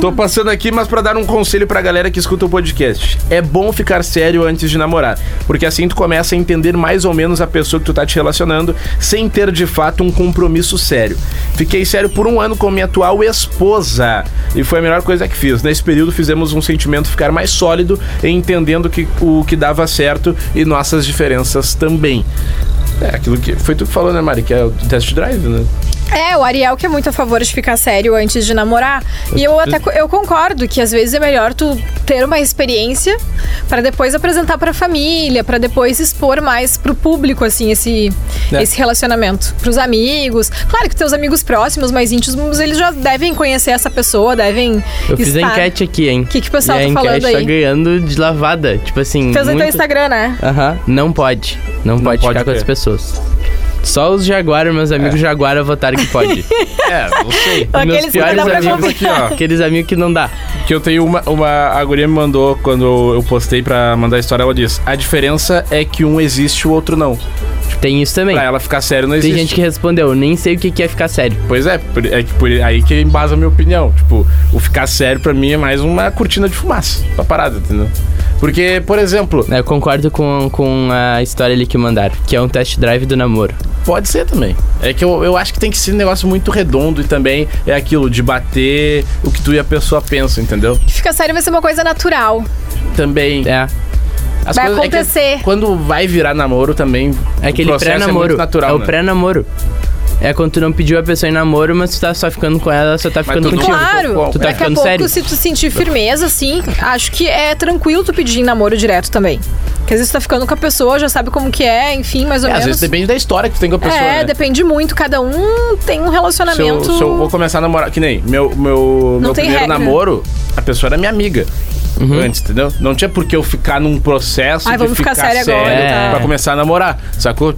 A: Tô passando aqui, mas pra dar um conselho pra galera que escuta o podcast. É bom ficar sério antes de namorar, porque assim tu começa a entender mais ou menos a pessoa que tu tá te relacionando, sem ter de fato um compromisso sério. Fiquei sério por um ano com minha atual esposa, e foi a melhor coisa que fiz. Nesse período fizemos um sentimento ficar mais sólido, entendendo que o que dava certo e nossas diferenças também. É, aquilo que. Foi tu que falou, né, Mari? Que é o test drive, né?
B: É, o Ariel que é muito a favor de ficar sério antes de namorar. E eu até co- eu concordo que às vezes é melhor tu ter uma experiência pra depois apresentar pra família, pra depois expor mais pro público assim esse
A: É.
B: esse relacionamento, pros amigos. Claro que teus amigos próximos, mais íntimos, eles já devem conhecer essa pessoa, devem
C: Eu fiz a
B: estar-
C: enquete aqui, hein? O
B: Que que o pessoal
C: e
B: tá
C: a
B: falando
C: enquete tá
B: aí?
C: ganhando de lavada. Tipo assim.
B: Fez então no
C: muito...
B: teu Instagram, né?
C: Aham. Não pode. Não, pode
A: pode É.
C: ficar com
A: ter.
C: as pessoas. Só os Jaguara, meus amigos Jaguara votaram que pode.
A: É, não sei. é
C: meus
B: Aqueles que não
C: piores
B: dá pra
C: amigos
B: confiar.
A: aqui, ó.
C: Aqueles amigos que não dá.
A: Que eu tenho uma. Uma a guria me mandou quando eu postei pra mandar a história, ela diz: A diferença é que um existe o outro não.
C: Tem isso também.
A: Pra ela ficar sério, não
C: Tem
A: existe.
C: gente que respondeu, nem sei o que que é ficar sério.
A: Pois é, por- é que por- aí que embasa a minha opinião. Tipo, o ficar sério pra mim é mais uma cortina de fumaça. Uma parada, entendeu? Porque, por exemplo,
C: Eu concordo com, com a história ali que mandaram, que é um test drive do namoro.
A: pode ser também. É que eu, eu acho que tem que ser um negócio muito redondo e também é aquilo de bater o que tu e a pessoa pensam, entendeu?
B: Fica sério, vai ser uma coisa natural.
A: Também.
C: É.
A: As
B: Vai
A: coisas- é que
B: acontecer.
A: quando vai virar namoro também.
C: É aquele
A: processo
C: pré-namoro. É
A: muito natural.
C: o
A: né?
C: pré-namoro. É quando tu não pediu a pessoa em namoro, mas tu tá só ficando com ela, só tá ficando
A: tu não-
C: contigo.
B: Claro,
C: Tu tá
B: daqui a
C: ficando
B: pouco,
C: sério?
B: se tu sentir firmeza, assim, acho que é tranquilo tu pedir em namoro direto também. Porque às vezes tu tá ficando com a pessoa, já sabe como que é, enfim, mais ou
A: É, às
B: menos.
A: vezes depende da história que tu tem com a pessoa.
B: é,
A: né?
B: depende muito, cada um tem um
A: se eu,
B: relacionamento.
A: se eu vou começar a namorar, que nem meu, meu, meu
B: tem
A: primeiro
B: regra.
A: namoro, a pessoa era minha amiga.
C: Uhum.
A: Antes, entendeu? Não tinha por que eu ficar num processo
B: Ai,
A: de
B: vamos
A: ficar,
B: ficar sério agora,
C: tá.
A: pra começar a namorar, sacou?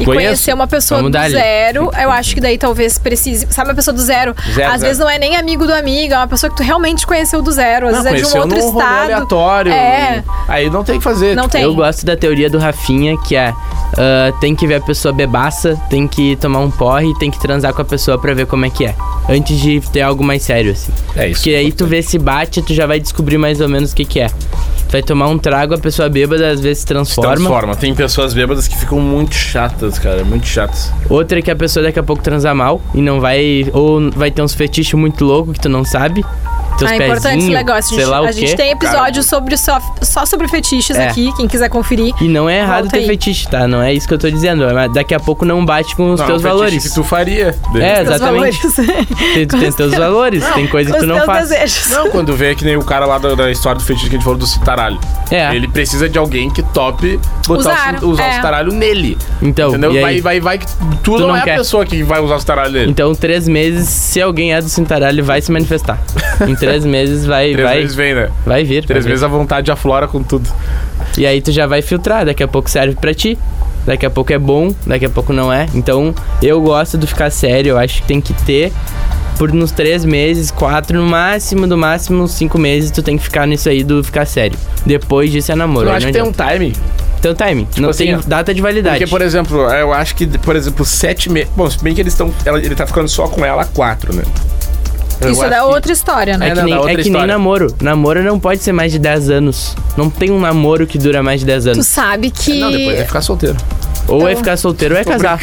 B: E conhecer uma pessoa
C: Vamos
B: do
C: dar ali.
B: zero, eu acho que daí talvez precise. Sabe, uma pessoa do zero?
A: Zero, zero.
B: às vezes não é nem amigo do amigo, é uma pessoa que tu realmente conheceu do zero. Às
A: Não,
B: vezes é de
A: conheceu
B: um outro
A: num rolê
B: estado.
A: aleatório.
B: É.
A: Aí não tem o que fazer.
B: Não
A: tipo,
B: tem.
C: Eu gosto da teoria do Rafinha, que é... ah, tem que ver a pessoa bebaça, tem que tomar um porre, tem que transar com a pessoa pra ver como é que é. Antes de ter algo mais sério, assim.
A: É isso.
C: Porque aí tu vê se bate, tu já vai descobrir mais ou menos o que que é. Tu vai tomar um trago, a pessoa bêbada às vezes se
A: se
C: transforma.
A: transforma. Tem pessoas bêbadas que ficam muito chatas, cara. Muito chatas.
C: Outra é que a pessoa daqui a pouco transa mal e não vai... Ou vai ter uns fetiches muito loucos que tu não sabe. Teus
B: Ah, é importante esse
C: pezinhos,
B: negócio. A
C: sei
B: gente,
C: lá o
B: a gente
C: quê.
B: tem episódio sobre só, só sobre fetiches
C: É.
B: aqui, quem quiser conferir.
C: E não é errado
B: Volta
C: ter
B: aí.
C: fetiche, tá? Não é isso que eu tô dizendo. Mas daqui a pouco não bate com os
A: Não, é um
C: teus
A: fetiche
C: valores.
A: que tu faria.
C: É,
B: Os
C: exatamente.
B: valores.
C: Tem, tu tem
A: é?
C: teus valores, tem coisa que
B: Os
C: tu não
B: teus
C: faz.
B: desejos.
A: Não, quando vê que nem o cara lá da, da história do fetiche que a gente falou do citaralho.
C: É.
A: Ele precisa de alguém que tope botar
B: Usar,
A: o cin- usar o
B: é.
A: citaralho nele.
C: Então,
A: entendeu?
C: e aí?
A: Vai, vai, vai. que Tu, não,
C: não
A: é
C: quer.
A: a pessoa que vai usar o citaralho dele.
C: Então, três meses, se alguém é do Cintaralho, vai se manifestar. Em três meses vai,
A: Três
C: vai,
A: vezes vem, né?
C: vai vir.
A: Três
C: vai vir.
A: vezes a vontade aflora com tudo.
C: E aí tu já vai filtrar, daqui a pouco serve pra ti. Daqui a pouco é bom, daqui a pouco não é. Então, eu gosto do ficar sério, eu acho que tem que ter por uns três meses, quatro, no máximo, do máximo, uns cinco meses, tu tem que ficar nisso aí do ficar sério. Depois disso é namoro.
A: Eu
C: aí
A: acho
C: não
A: que tem um
C: adianta.
A: timing.
C: Então, timing. não
A: assim,
C: tem
A: ó,
C: data de validade.
A: Porque, por exemplo, eu acho que, por exemplo, sete meses. Bom, se bem que eles estão. ela- Ele tá ficando só com ela há quatro, né? Eu
B: Isso
A: acho
B: é
A: que-
B: outra história,
C: É
B: né?
A: É,
C: que,
A: não,
C: nem,
A: dá outra
C: é que nem
A: história.
C: namoro. Namoro não pode ser mais de 10 anos. Não tem um namoro que dura mais de 10
B: Tu
C: anos.
B: sabe que.
A: Não, depois
C: é.
A: vai ficar solteiro.
C: Ou é ficar solteiro ou é casar.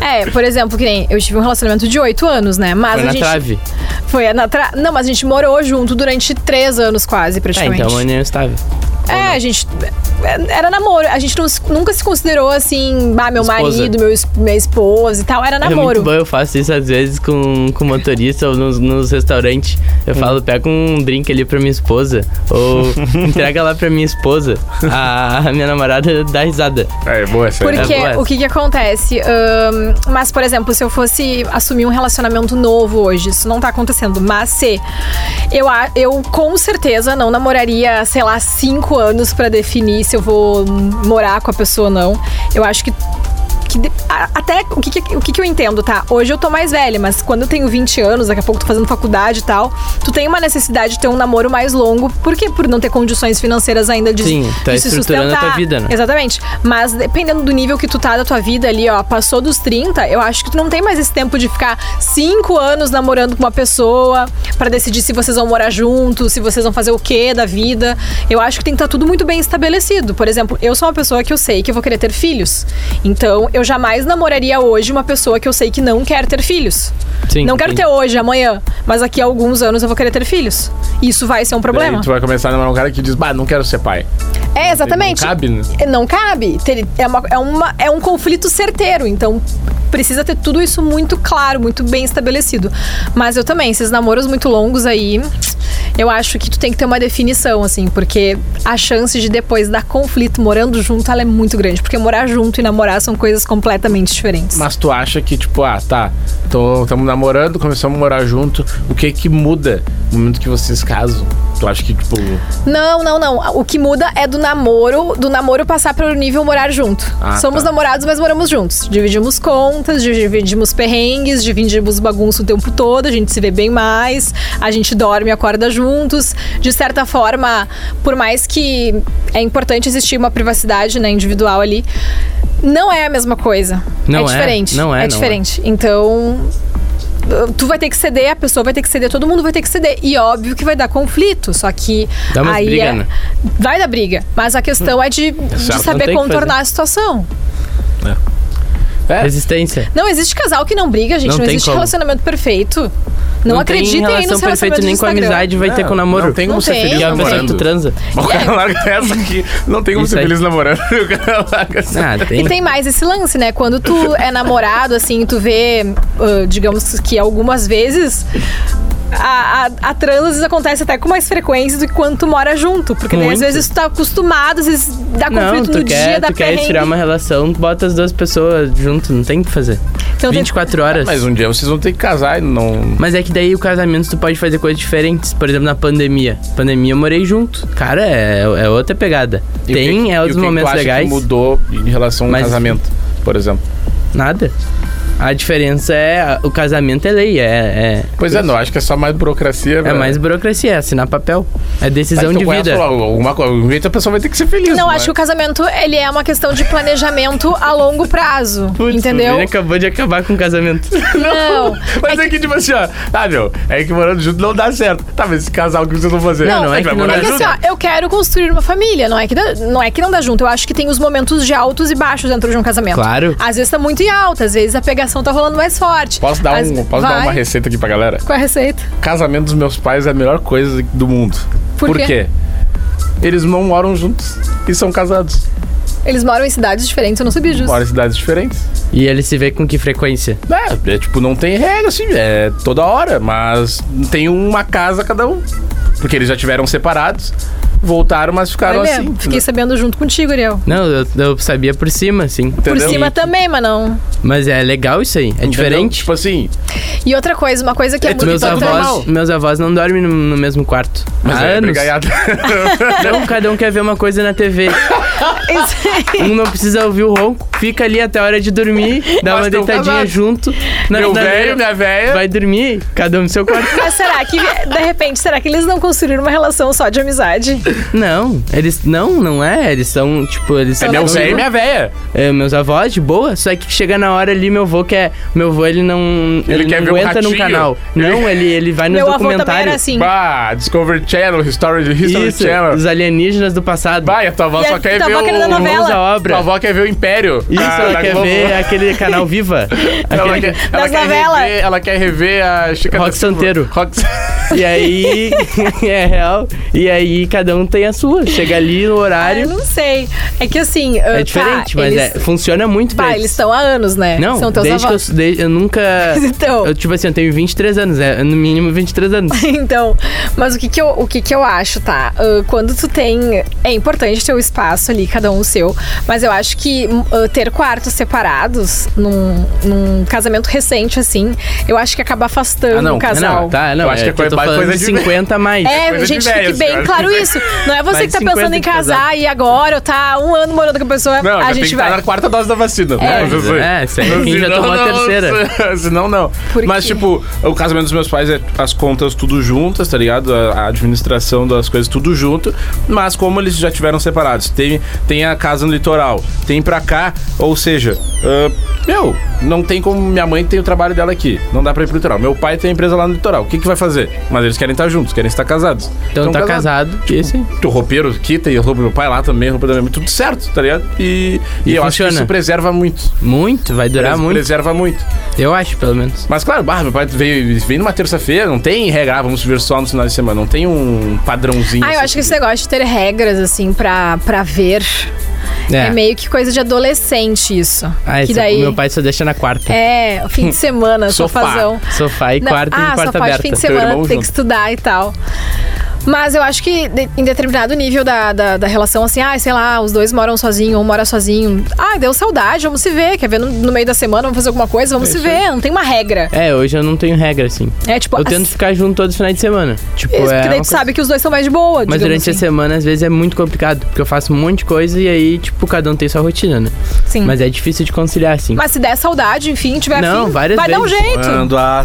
B: É, por exemplo, que nem eu tive um relacionamento de oito anos, né? Mas
C: Foi
B: a
C: na
B: gente.
C: trave.
B: Foi na tra... Não, mas a gente morou junto durante três anos, quase,
C: É,
B: praticamente.
C: então é inestável.
B: É, a gente. é, Era namoro. A gente não se- nunca se considerou assim, ah, meu
C: Esposa.
B: marido, meu, es- minha esposa e tal. Era
C: É muito
B: namoro.
C: bom, eu faço isso às vezes com, com motorista ou nos, nos restaurantes. Eu falo, pega um drink ali pra minha esposa. Ou entrega lá pra minha esposa. A, a minha namorada dá risada.
A: É, boa essa. aí.
B: Porque
C: É, boa.
B: o que que acontece? Ahn, mas, por exemplo, se eu fosse assumir um relacionamento novo hoje, isso não tá acontecendo, mas se eu, a- eu com certeza não namoraria, sei lá, cinco anos pra definir se eu vou morar com a pessoa ou não. Eu acho que. que de- a- até o, que, que- o que, que eu entendo, tá? Hoje eu tô mais velha, mas quando eu tenho 20 anos, daqui a pouco tô fazendo faculdade e tal, tu tem uma necessidade de ter um namoro mais longo. Por quê? Por não ter condições financeiras ainda de,
C: Sim, tá
B: de se
C: estruturando a tua
B: sustentar.
C: vida, né?
B: Exatamente. Mas dependendo do nível que tu tá da tua vida ali, ó, passou dos 30, eu acho que tu não tem mais esse tempo de ficar cinco anos namorando com uma pessoa pra decidir se vocês vão morar juntos, se vocês vão fazer o que da vida. Eu acho que tem que estar tudo muito bem estabelecido. Por exemplo, eu sou uma pessoa que eu sei que eu vou querer ter filhos. Então, eu jamais namoraria hoje uma pessoa que eu sei que não quer ter filhos.
C: Sim,
B: não quero
C: sim.
B: ter hoje, amanhã, mas daqui a alguns anos eu vou querer ter filhos. Isso vai ser um problema.
A: Daí tu vai começar a namorar um cara que diz, bah, não quero ser pai.
B: É, exatamente.
A: Não cabe, né?
B: É, Não cabe. Ter- É, uma- é uma- é um conflito certeiro, então precisa ter tudo isso muito claro, muito bem estabelecido. Mas eu também, esses namoros muito longos aí, eu acho que tu tem que ter uma definição, assim, porque a chance de depois dar conflito morando junto, ela é muito grande. Porque morar junto e namorar são coisas completamente diferentes.
A: Mas tu acha que, tipo, ah, tá, estamos namorando, começamos a morar junto, o que que muda no momento que vocês casam? Tu Tu acha que, tipo.
B: Não, não, não. O que muda é do namoro, do namoro passar pro nível morar junto.
A: Ah,
B: Somos
A: tá.
B: namorados, mas moramos juntos. Dividimos contas, dividimos perrengues, dividimos bagunça o tempo todo, a gente se vê bem mais, a gente dorme e acorda juntos. De certa forma, por mais que é importante existir uma privacidade né, individual ali, não é a mesma coisa.
C: Não é,
B: diferente.
C: não é, não é.
B: diferente. Então, Ah, tu vai ter que ceder, a pessoa vai ter que ceder, todo mundo vai ter que ceder. E óbvio que vai dar conflito, só que
C: Dá umas
B: aí
C: briga,
B: é-
C: né? Hum.
B: vai dar briga, mas a questão é de,
A: certo,
B: de
A: não
C: tem
B: saber
C: que
B: contornar a situação.
A: É.
C: Resistência.
B: Não existe casal que não briga, gente,
C: Não
B: não,
C: tem
B: existe
C: como.
B: relacionamento perfeito. Não,
C: tem
B: acreditem aí
C: relação
B: nos
C: perfeita
B: relacionamentos
C: nem com a
B: do Instagram.
C: amizade, vai ter
A: É,
C: com o namoro.
A: Não tem como
B: Não
A: ser
B: tem.
A: feliz
C: E a pessoa que tu
A: namorando.
C: transa.
A: O cara larga essa aqui. Não tem como
C: Isso
A: ser
C: aí.
A: feliz namorando. O cara larga essa.
C: Ah,
B: E
C: tem.
B: tem mais esse lance, né? Quando tu é namorado, assim, tu vê, ah, digamos que algumas vezes. A, a, a trans às vezes acontece até com mais frequência do que quando tu mora junto. Porque daí, às
C: Muito.
B: vezes tu tá acostumado, às vezes dá
C: Não,
B: conflito
C: tu
B: no
C: quer,
B: dia, dá
C: tu quer
B: perrengue.
C: tirar uma relação, bota as duas pessoas junto, não tem o que fazer.
B: Então tem-
C: 24 horas.
A: Mas um dia vocês vão ter que casar e não.
C: Mas é que daí o casamento tu pode fazer coisas diferentes. Por exemplo, na pandemia. Pandemia eu morei junto. Cara, é, é outra pegada.
A: E o
C: Tem,
A: que- e
C: é
A: o
C: outros
A: que que tu
C: momentos
A: acha que
C: legais.
A: mudou em relação ao
C: Mas-
A: casamento, por exemplo.
C: Nada. A diferença é. a- O casamento é lei, é. é
A: Pois é, não, acho que é só mais burocracia. né?
C: é mais burocracia, é assinar papel. É decisão de vida.
A: Alguma coisa, algum jeito a pessoa vai ter que ser feliz. né?
C: né?
B: Não, acho que o casamento ele é uma questão de planejamento a longo prazo.
C: Putz,
B: entendeu?
C: o Vini acabou de acabar com o casamento.
B: Não.
A: Mas é que, tipo assim, ó. Tá, meu. É que morando junto não dá certo. Tá, mas esse casal o que vocês vão fazer?
C: Não,
A: A
C: não, é
A: gente vai
C: que não
A: morar
B: É que
A: junto?
B: assim, ó, eu quero construir uma família. Não é, que dá- não é que não dá junto. Eu acho que tem os momentos de altos e baixos dentro de um casamento.
C: Claro.
B: Às vezes tá muito em alta, às vezes a pegação tá rolando mais forte.
A: Posso, dar,
B: Às-
A: um, posso dar
B: Vai.
A: uma receita aqui pra galera?
B: Qual é a receita?
A: Casamento dos meus pais é a melhor coisa do mundo.
B: Por
A: quê?
B: quê?
A: Eles não moram juntos e são casados.
B: Eles moram em cidades diferentes, eu não sabia disso.
A: Moram em cidades diferentes.
C: E ele se vê com que frequência?
A: É, é, tipo, não tem regra, assim, é toda hora, mas tem uma casa cada um. Porque eles já tiveram separados, voltaram, mas ficaram
B: Olha,
A: assim.
B: É fiquei sabendo junto contigo, Ariel.
C: Não, eu, eu sabia por cima, assim.
B: Por
A: Entendeu?
B: cima também, mas não.
C: Mas é legal isso aí. É
A: Entendeu?
C: diferente.
A: Tipo assim,
B: E outra coisa, uma coisa que é,
A: É,
B: muito
C: meus,
A: tá
B: importante.
C: avós, meus avós não dormem no, no mesmo quarto.
A: mas
C: Há
A: é
C: anos.
A: brigaiada.
C: Não, cada um quer ver uma coisa na TV.
B: Isso aí.
C: Um não precisa ouvir o ronco, fica ali até a hora de dormir, dá
A: Mas
C: uma
A: tão
C: deitadinha
A: casados.
C: junto. na-
A: Meu
C: na-
A: velho, minha velha.
C: Vai dormir, cada um no seu quarto.
B: Mas será que, de repente, será que eles não construíram uma relação só de amizade?
C: Não, eles. Não, não é. Eles são, tipo, eles
A: É
C: são.
A: meu velho e minha velha.
C: É, meus avós, de boa, só é que chega na hora ali, meu avô quer. Meu avô, ele não. Ele,
A: quer
C: não
A: ver um
C: aguenta num
A: ratinho.
C: canal. Não, ele, ele vai nos
B: Meu avô também era
C: documentários.
B: assim.
A: Bah, Discovery Channel, History, History
C: Isso,
A: Channel.
C: os alienígenas do passado.
A: Bah, e a tua avó
B: E a
A: só quer
B: tua
A: ver
B: avó querendo
A: o...
B: novela.
C: Irmãos à obra.
A: Tua avó quer ver o Império.
C: Isso,
A: da-
C: ela
A: da
C: quer
A: Globo.
C: ver aquele canal Viva.
A: Ah, tá Ela
C: Aquele-
A: quer, ela
B: Das
A: quer
B: novelas.
A: rever, ela quer rever a Chica
C: Rock
A: da Silva.
C: Santeiro.
A: Rock
C: E aí, é real. E aí, cada um tem a sua. Chega ali no
B: Ah, eu
C: horário.
B: não sei. É que assim. ah,
C: é
B: tá,
C: diferente, mas
B: eles,
C: é, funciona muito
B: Pá,
C: bem.
B: eles estão há anos, né?
C: Não,
B: São teus
C: desde que eu,
B: avós.
C: sou- desde- eu nunca.
B: Então.
C: Eu, tipo assim, eu tenho 23 anos, é no mínimo 23 anos.
B: Então, mas o que que eu, o que que eu acho, tá? Ah, quando tu tem. É importante ter o espaço ali, cada um o seu. Mas eu acho que hum, ah, ter quartos separados num, num casamento recente, assim, eu acho que acaba afastando
A: Ah, não,
B: o casal.
C: Não, tá, não.
A: Eu acho
C: é
A: que é
C: eu
A: coisa-
C: tô falando
A: coisa
C: de
A: de-
C: 50 a mais.
B: É,
A: coisa de
B: gente,
A: velho,
B: fique bem
A: senhora.
B: claro isso. Não é você
C: Mais
B: que tá
C: 50
B: pensando em
C: de casal.
B: casar e agora, ou tá um ano morando com a pessoa,
A: Não,
B: a
A: já tem
B: gente
A: que
B: vai.
A: estar na quarta dose da vacina. assim.
C: É, é, isso aí, quem já tomou a terceira.
A: Senão, não.
B: Por
A: Mas,
B: quê?
A: tipo, o casamento dos meus pais é as contas tudo juntas, tá ligado? A, a administração das coisas tudo junto. Mas como eles já tiveram separados, tem, tem a casa no litoral, tem pra cá, ou seja, ah, meu, não tem como. Minha mãe tem o trabalho dela aqui. Não dá pra ir pro litoral. Meu pai tem a empresa lá no litoral. O que, que vai fazer? Mas eles querem estar juntos, querem estar casados.
C: Então
A: Tão Tipo,
C: tá
A: casados.
C: casado. esse.
A: O roupeiro quita e a roupa do meu pai lá também, a roupa da minha mãe, tudo certo, tá ligado? E, e,
C: E
A: eu acho que
C: funciona.
A: isso preserva muito.
C: Muito, vai durar
A: Pres-
C: muito.
A: Preserva muito.
C: Eu acho, pelo menos.
A: Mas claro, bah, meu pai veio, veio numa terça-feira, não tem regra, ah, vamos ver só no final de semana, não tem um padrãozinho.
B: Ah, eu
A: assim.
B: acho que esse negócio de ter regras, assim, pra, pra ver. É. meio que coisa de adolescente isso.
C: Ah,
B: que
C: esse-
B: daí.
C: o meu pai só deixa na quarta.
B: É, o fim de semana,
A: Sofá.
B: sofazão.
C: Sofá e
B: Não,
C: quarta
B: ah,
C: e quarta
B: sofá de
C: aberta.
B: fim de
A: Teu
B: semana,
A: irmão
B: tem
A: junto.
B: que estudar e tal. Mas eu acho que de- em determinado nível da, da, da relação, assim, ah, sei lá, os dois moram sozinhos, um mora sozinho. Ah, deu saudade, vamos se ver. Quer ver no, no meio da semana, vamos fazer alguma coisa, vamos
A: É
B: se
A: isso
B: ver. Não tem uma regra.
C: É, hoje eu não tenho regra, assim.
B: É tipo,
C: Eu tento
B: assim,
C: ficar junto todos os finais de semana. Tipo,
B: isso,
C: é
B: porque daí
C: uma
B: tu
C: coisa-
B: sabe que os dois são mais de boa.
C: Mas
B: digamos
C: durante a
B: assim.
C: semana, às vezes, é muito complicado, porque eu faço um monte de coisa e aí, tipo, cada um tem sua rotina, né?
B: Sim.
C: Mas
B: Mas,
C: é difícil de conciliar, assim.
B: se der saudade, enfim, tiver
C: Não,
B: afim,
C: várias
B: vai dar um
C: vezes.
B: jeito.
A: Quando a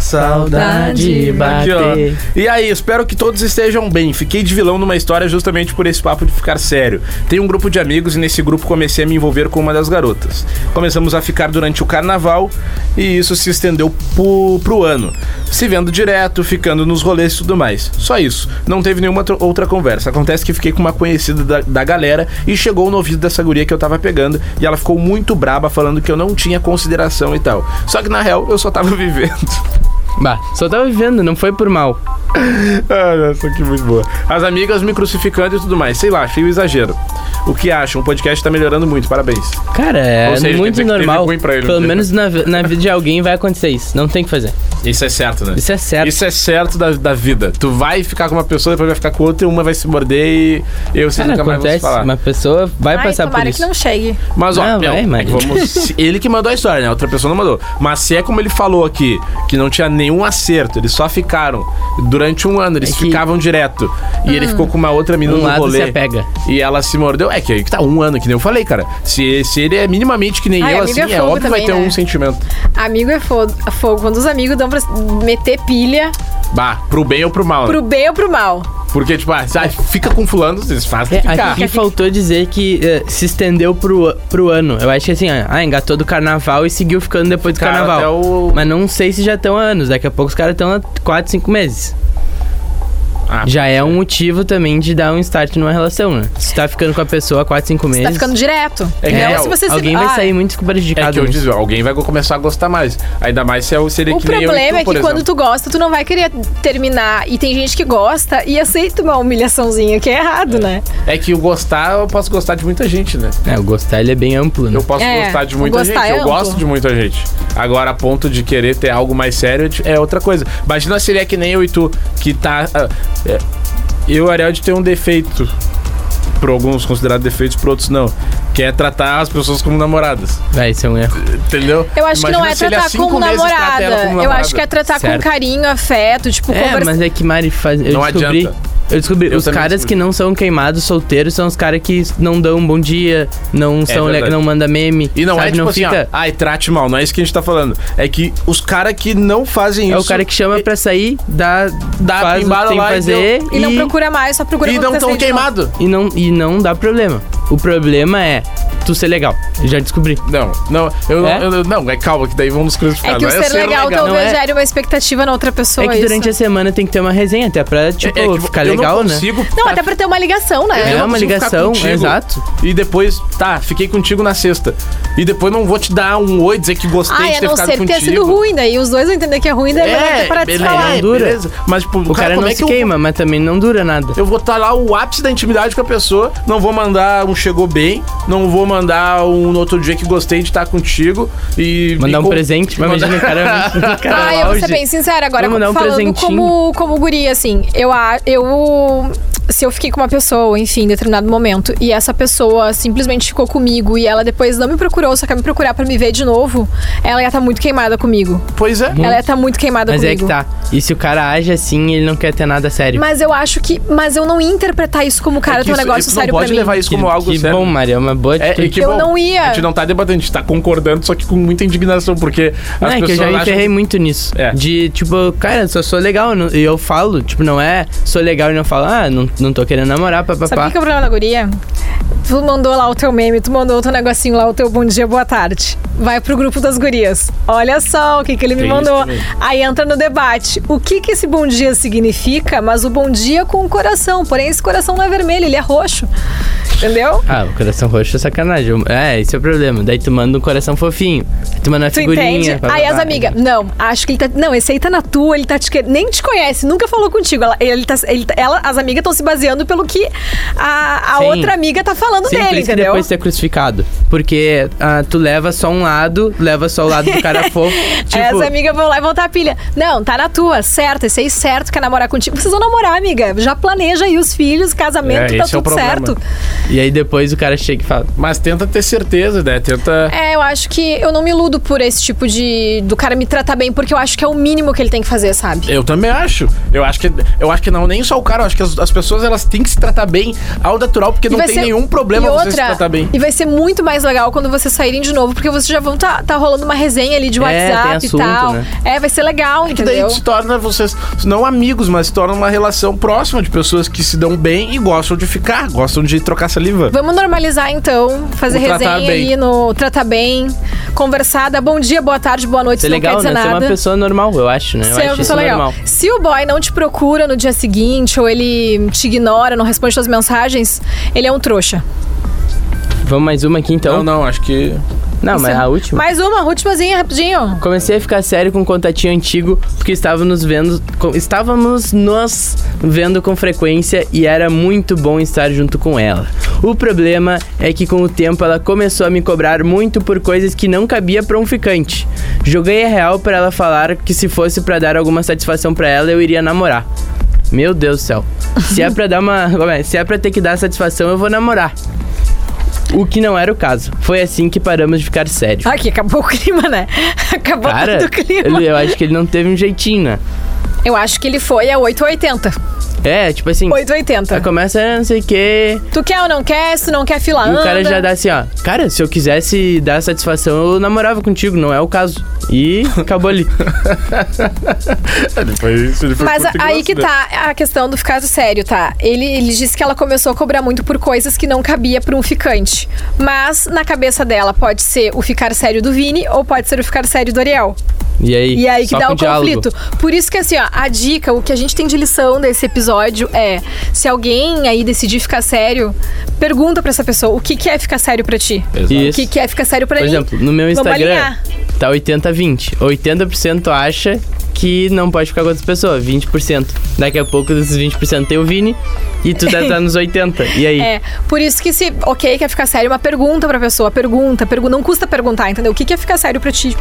C: Saudade
A: Aqui, ó.
C: bater.
A: E aí, espero que todos estejam bem. Fiquei de vilão numa história justamente por esse papo de ficar sério. Tenho um grupo de amigos e nesse grupo comecei a me envolver com uma das garotas. Começamos a ficar durante o carnaval e isso se estendeu pro, pro ano. Se vendo direto, ficando nos rolês e tudo mais. Só isso. Não teve nenhuma outra- outra conversa. Acontece que fiquei com uma conhecida da, da galera e chegou no ouvido dessa guria que eu tava pegando e ela ficou muito braba falando que eu não tinha consideração e tal. Só que na real eu só tava vivendo.
C: Bah, só tava vivendo, não foi por mal.
A: Ah, nossa, que muito boa. As amigas me crucificando e tudo mais. Sei lá, achei o exagero. O que acham? O podcast tá melhorando muito, parabéns.
C: Cara, é
A: Ou seja, quer
C: muito
A: dizer que teve
C: normal.
A: ruim pra ele,
C: Pelo
A: né?
C: menos na, vi- na vida de alguém vai acontecer isso. Não tem o que fazer.
A: Isso é certo, né?
C: Isso é certo.
A: Isso é certo da, da vida. Tu vai ficar com uma pessoa, depois vai ficar com outra, e uma vai se morder e eu vocês
C: Cara,
A: nunca mais vão se
C: acontece.
A: falar.
C: Uma pessoa vai
B: Ai,
C: passar
B: tomara
C: por
B: que
C: isso.
B: não chegue.
A: Mas ó,
C: Não,
A: Pel,
C: vai,
A: é
C: Mari.
A: que vamos- se- ele que mandou a história, né? Outra pessoa não mandou. Mas se é como ele falou aqui, que não tinha nenhum acerto, eles só ficaram durante um ano, eles
C: É que-
A: ficavam direto. E ele ficou com uma outra menina
C: Um
A: no
C: lado
A: rolê.
C: se apega.
A: E ela se mordeu. É que aí que tá um ano, que nem eu falei, cara. Se, se ele é minimamente que nem
B: Ah,
A: eu,
B: amigo
A: assim,
B: é
A: é,
B: fogo
A: óbvio que vai
B: também,
A: ter
B: né?
A: um sentimento.
B: Amigo é fogo, fogo. Quando os amigos dão pra meter pilha
A: Bah, pro bem ou pro mal. né?
B: pro bem ou pro mal.
A: Porque, tipo, ah, sabe, fica com fulano, vocês fazem
C: É,
A: ficar.
C: aqui faltou dizer que eh, se estendeu pro, pro ano. Eu acho que assim, ó, ah, engatou do carnaval e seguiu ficando depois do
A: Cara, até
C: carnaval.
A: o-
C: Mas não sei se já estão há anos. Daqui a pouco os caras estão há 4, 5 meses.
A: Ah,
C: já é um motivo também de dar um start numa relação, né? Se tá ficando com a pessoa há 4, 5 meses.
B: Você tá ficando direto.
A: É que
B: Não,
A: é,
B: se você se-
C: alguém vai
B: Ah,
C: sair muito
A: É
C: prejudicado.
A: que eu
C: nisso.
A: dizia, alguém vai começar a gostar mais. Ainda mais se é- se ele é
B: O
A: que nem eu e tu,
B: problema é
A: por
B: que quando
A: exemplo.
B: tu gosta, tu não vai querer terminar. E tem gente que gosta e aceita uma humilhaçãozinha, que é errado, né?
A: É que o gostar, eu posso gostar de muita gente, né?
C: É, o gostar ele é bem amplo, né?
A: Eu posso
B: É,
A: gostar de
B: o
A: muita
B: gostar
A: gente.
B: é
A: eu
B: amplo.
A: gosto de muita gente. Agora, a ponto de querer ter algo mais sério é outra coisa. Imagina se ele é que nem eu e tu, que tá. ah, é, eu e o Ariel de ter um defeito. Por alguns considerados defeitos, por outros não. Que é tratar as pessoas como namoradas.
C: Vai ser um erro.
A: Entendeu?
B: Eu acho que não
A: Imagina
B: é
A: se ele há
B: tratar
A: cinco
B: como
A: meses trata
B: namorada.
A: ela como
B: Eu
A: namorada.
B: acho que é tratar
C: Certo.
B: com carinho, afeto, tipo,
C: É,
B: conversar.
C: mas é que Mari faz. Eu
A: Não
C: descobri.
A: adianta.
C: Eu descobri,
A: Eu
C: os
A: também
C: caras
A: descobri.
C: que não são queimados, solteiros, são os caras que não dão um bom dia, não são le-
A: É verdade.
C: não manda meme.
A: E não
C: sabe?
A: é tipo
C: não
A: assim,
C: fica.
A: ó, ai, trate mal, não é isso que a gente tá falando. É que os caras que não fazem
C: é
A: isso.
C: o cara que chama pra sair, dá,
A: Dá a
C: faz o que
A: pimbada
C: tem que
A: lá e
C: fazer
B: um E não procura mais, só procura
A: E
B: quando
A: não
B: você
A: tão
B: sente
A: queimado.
C: e não e não dá problema. O problema é tu ser legal. Eu já descobri.
A: Não, não, eu
C: É?
A: não. eu não, é calma, que daí vamos nos crucificar.
B: mal. É que o
A: não
B: ser legal,
C: não
B: talvez
C: é-
B: gere uma expectativa na outra pessoa.
C: é que
B: isso.
C: durante a semana tem que ter uma resenha até pra tipo
A: É que
C: ficar
A: eu
C: legal,
A: não
C: né?
A: consigo
B: Não, até pra ter uma ligação, né?
C: É
A: não
C: uma
A: consigo ficar
C: ligação,
A: contigo.
C: exato.
A: E depois, tá, fiquei contigo na sexta. E depois não vou te dar um oi, dizer que gostei de
B: Ah, é
A: ter
B: não
A: ficado
B: ser que
A: contigo.
B: tenha sido ruim, daí os dois vão entender que é ruim, daí vai ter que parar de se
A: beleza,
B: falar.
C: é dura.
A: beleza. Mas, tipo,
C: O cara,
A: como
C: não
A: é
C: se
A: que eu-
C: queima, mas também não dura nada.
A: Eu vou estar lá o ápice da intimidade com a pessoa. Não vou mandar um chegou bem. Não vou mandar um no outro dia que gostei de estar contigo. E.
C: Mandar
A: e
C: um
A: com-
C: presente, mas imagina o cara. o cara
B: Ah,
C: no
B: eu vou ser
C: auge.
B: bem sincera agora,
C: Vamos dar um
B: falando
C: presentinho.
B: como, como guri, assim, eu, a- eu. Se eu fiquei com uma pessoa, enfim, em determinado momento, e essa pessoa simplesmente ficou comigo e ela depois não me procurou, só quer me procurar pra me ver de novo, ela ia estar muito queimada comigo.
A: Pois é.
B: Ela ia estar muito queimada
C: Mas é
B: comigo.
C: que tá. E se o cara age assim, ele não quer ter nada sério.
B: Mas eu acho que. Mas eu não ia interpretar isso como
A: É
B: cara,
A: que
B: tem um
A: isso-
B: negócio
A: isso
B: sério
A: não
B: pra
A: pode
B: mim.
A: levar isso como
C: que,
A: algo
C: que
A: sério.
C: bom, Maria, é uma boa
A: É,
C: atitude.
A: e que
B: Eu
A: bom,
B: não ia.
A: A gente não tá debatendo, a gente tá concordando, só que com muita indignação, porque
C: Não,
A: as
C: é que eu
A: pessoas
C: já me
A: acham
C: ferrei muito nisso.
A: É.
C: De, tipo, cara, só sou legal. não- E eu falo, tipo, não é sou legal e não falo, ah, não, não tô querendo namorar,
B: Sabe o
C: papapá.
B: que que é o problema da guria? Tu mandou lá o teu meme, tu mandou o teu negocinho lá, o teu bom dia, boa tarde. Vai pro grupo das gurias. Olha só o que, que ele me
A: Tem isso
B: mandou.
A: também.
B: Aí entra no debate. O que, que esse bom dia significa, mas o bom dia com o coração. Porém, esse coração não é vermelho, ele é roxo. Entendeu?
C: Ah, o coração roxo é sacanagem. eu- É, esse é o problema. Daí tu manda um coração fofinho. Aí tu manda uma
B: Tu
C: figurinha. né?
B: entende?
C: blá, blá,
B: aí as
C: blá.
B: amigas, não, acho que ele tá. Não, esse aí tá na tua, ele tá te querendo. Nem te conhece, nunca falou contigo. Ela, ele tá, ele tá- ela- as amigas estão se baseando pelo que a, a
C: Sim.
B: outra amiga tá falando
C: Sim, por
B: dele,
C: isso que
B: entendeu?
C: depois tu é crucificado. Porque ah, tu leva só um lado, leva só o lado do cara fofo.
B: Aí
C: Tipo,
B: as amigas vão lá e vão a pilha. Não, tá na tua, certo. Esse aí certo quer namorar contigo. Vocês vão namorar, amiga. Já planeja aí os filhos, casamento,
A: É,
B: tá
A: esse é o
B: tudo
A: problema.
B: certo.
C: E aí depois o cara chega e fala.
A: Mas tenta ter certeza, né? Tenta.
B: É, eu acho que eu não me iludo por esse tipo de. do cara me tratar bem, porque eu acho que é o mínimo que ele tem que fazer, sabe?
A: Eu também acho. Eu acho que eu acho que não nem só o cara, eu acho que as, as pessoas elas têm que se tratar bem ao natural, porque
B: E
A: não
B: vai
A: tem
B: ser-
A: nenhum problema
B: e
A: você se tratar bem.
B: E vai ser muito mais legal quando vocês saírem de novo, porque vocês já vão tá, tá rolando uma resenha ali de
C: É,
B: WhatsApp
C: tem assunto,
B: e tal.
C: né?
B: É, vai ser legal,
A: Que daí
B: entendeu?
A: se torna vocês, não amigos, mas se torna uma relação próxima de pessoas que se dão bem e gostam de ficar, gostam de trocar saliva.
B: Vamos normalizar então, fazer
A: O tratar
B: resenha
A: bem.
B: ali no tratar bem, conversar, dar bom dia, boa tarde, boa noite,
C: Isso é
B: se não quer
C: legal,
B: dizer
C: né? Ser uma
B: nada.
C: pessoa normal, eu acho, né? Eu
B: Ser
C: acho
B: uma
C: isso
B: pessoa legal.
C: normal.
B: Se o boy não te procura no dia seguinte, ou ele te ignora, não responde suas mensagens, ele é um trouxa.
C: Vamos mais uma aqui então?
A: Não, não, acho que
C: Não,
B: é
C: mas a última.
B: Mais uma, últimazinha, rapidinho.
C: Comecei a ficar sério com um contatinho antigo, porque estávamos vendo. com- estávamos nós vendo com frequência e era muito bom estar junto com ela. O problema é que com o tempo ela começou a me cobrar muito por coisas que não cabia pra um ficante. Joguei a real pra ela falar que se fosse pra dar alguma satisfação pra ela, eu iria namorar. Meu Deus do céu. Se é pra dar uma. como é? Se é pra ter que dar satisfação, eu vou namorar. O que não era o caso. Foi assim que paramos de ficar sério.
B: Aqui, acabou o clima, né? Acabou
C: Cara,
B: todo o clima.
C: ele- eu acho que ele não teve um jeitinho, né?
B: Eu acho que ele foi a 880.
C: É, tipo assim, ela
B: 880.
C: começa, ah, não sei o quê,
B: Tu quer ou não quer? Se tu não quer, fila
C: e
B: anda.
C: o cara já dá assim, ó. Cara, se eu quisesse dar satisfação, eu namorava contigo, não é o caso. E acabou ali.
A: ele foi isso, ele foi
B: Mas a-
A: curto e
B: aí que
A: grosso, né?
B: tá a questão do ficar sério, tá? Ele, ele disse que ela começou a cobrar muito por coisas que não cabia pra um ficante. Mas na cabeça dela pode ser o ficar sério do Vini ou pode ser o ficar sério do Ariel.
C: E aí,
B: E aí que
C: só
B: dá
C: com
B: o
C: diálogo.
B: conflito. Por isso que assim, ó, a dica, o que a gente tem de lição desse episódio é: se alguém aí decidir ficar sério, pergunta pra essa pessoa o que, que é ficar sério pra ti. O
C: Isso.
B: que, que é ficar sério pra
C: Por
B: mim?
C: exemplo, no meu
B: Vamos
C: Instagram,
B: alinhar.
C: tá 80-20. 80% acha que não pode ficar com outras pessoas, 20%. Daqui a pouco desses 20% tem o Vini e tu tá, tá nos 80. E aí?
B: É, por isso que se, ok, quer ficar sério, uma pergunta pra pessoa, pergunta, pergunta, não custa perguntar, entendeu? O que que é ficar sério pra ti?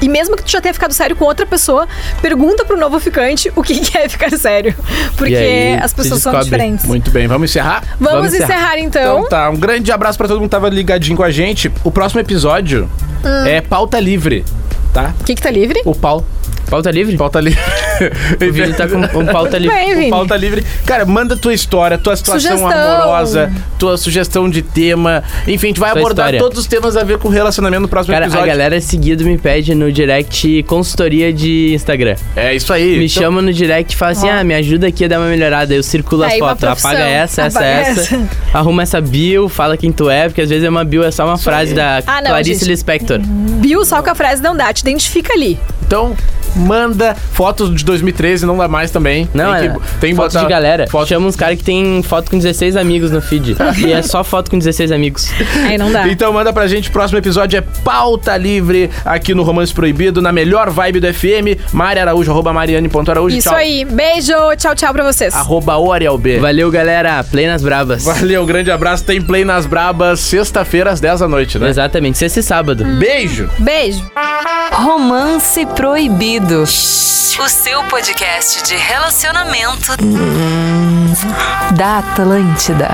B: E mesmo que tu já tenha ficado sério com outra pessoa, pergunta pro novo ficante o que que é ficar sério. Porque
C: E aí,
B: as
C: se
B: pessoas são
C: descobre.
B: diferentes.
A: Muito bem, vamos encerrar?
B: Vamos,
C: Vamos encerrar.
B: encerrar, então.
A: Então tá, um grande abraço pra todo mundo que tava ligadinho com a gente. O próximo episódio
B: Hum.
A: é pauta livre, tá?
B: O que que tá livre?
A: O pau,
C: Pauta livre?
A: pauta livre.
C: O Vini tá com um pauta livre.
B: Bem, Vini.
A: O pauta livre. Cara, manda tua história, tua situação
B: Sugestão.
A: amorosa, tua sugestão de tema. Enfim, a gente vai
C: Tua
A: abordar
C: história.
A: todos os temas a ver com relacionamento no próximo
C: Cara,
A: episódio.
C: a galera seguido me pede no direct consultoria de Instagram.
A: É isso aí.
C: Me
A: Então,
C: chama no direct e fala assim:
B: Ó. Tá
C: ah, me ajuda aqui a dar uma melhorada. Eu circulo as
B: Aí, uma
C: fotos. Apaga
B: profissão.
C: essa, essa,
B: Apaga
C: essa,
B: essa.
C: Arruma essa bio, fala quem tu é, porque às vezes é uma bio, é só uma frase da
B: Ah, não,
C: Clarice
B: gente.
C: Lispector.
B: Bill só com a frase não dá, te identifica ali.
A: então, manda fotos de 2013, não dá mais também.
C: Não,
A: tem
C: é.
A: que, tem que
C: foto
A: botar
C: de galera.
A: foto-
C: Chama uns caras que tem foto com 16 amigos no feed. e é só foto com 16 amigos.
B: Aí não dá.
A: Então manda pra gente, próximo episódio é pauta livre aqui no Romance Proibido, na melhor vibe do FM. Mari Araújo, arroba mariane.araújo.
B: Isso
A: tchau.
B: aí. Beijo, tchau, tchau pra vocês.
A: Arroba o Ariel B.
C: Valeu, galera. Play nas brabas.
A: Valeu, grande abraço. Tem play nas brabas, sexta-feira às 10 da noite, né?
C: Exatamente. Sexta e sábado.
B: Hum.
A: Beijo!
B: Beijo.
D: Romance Proibido. O seu podcast de relacionamento da Atlântida.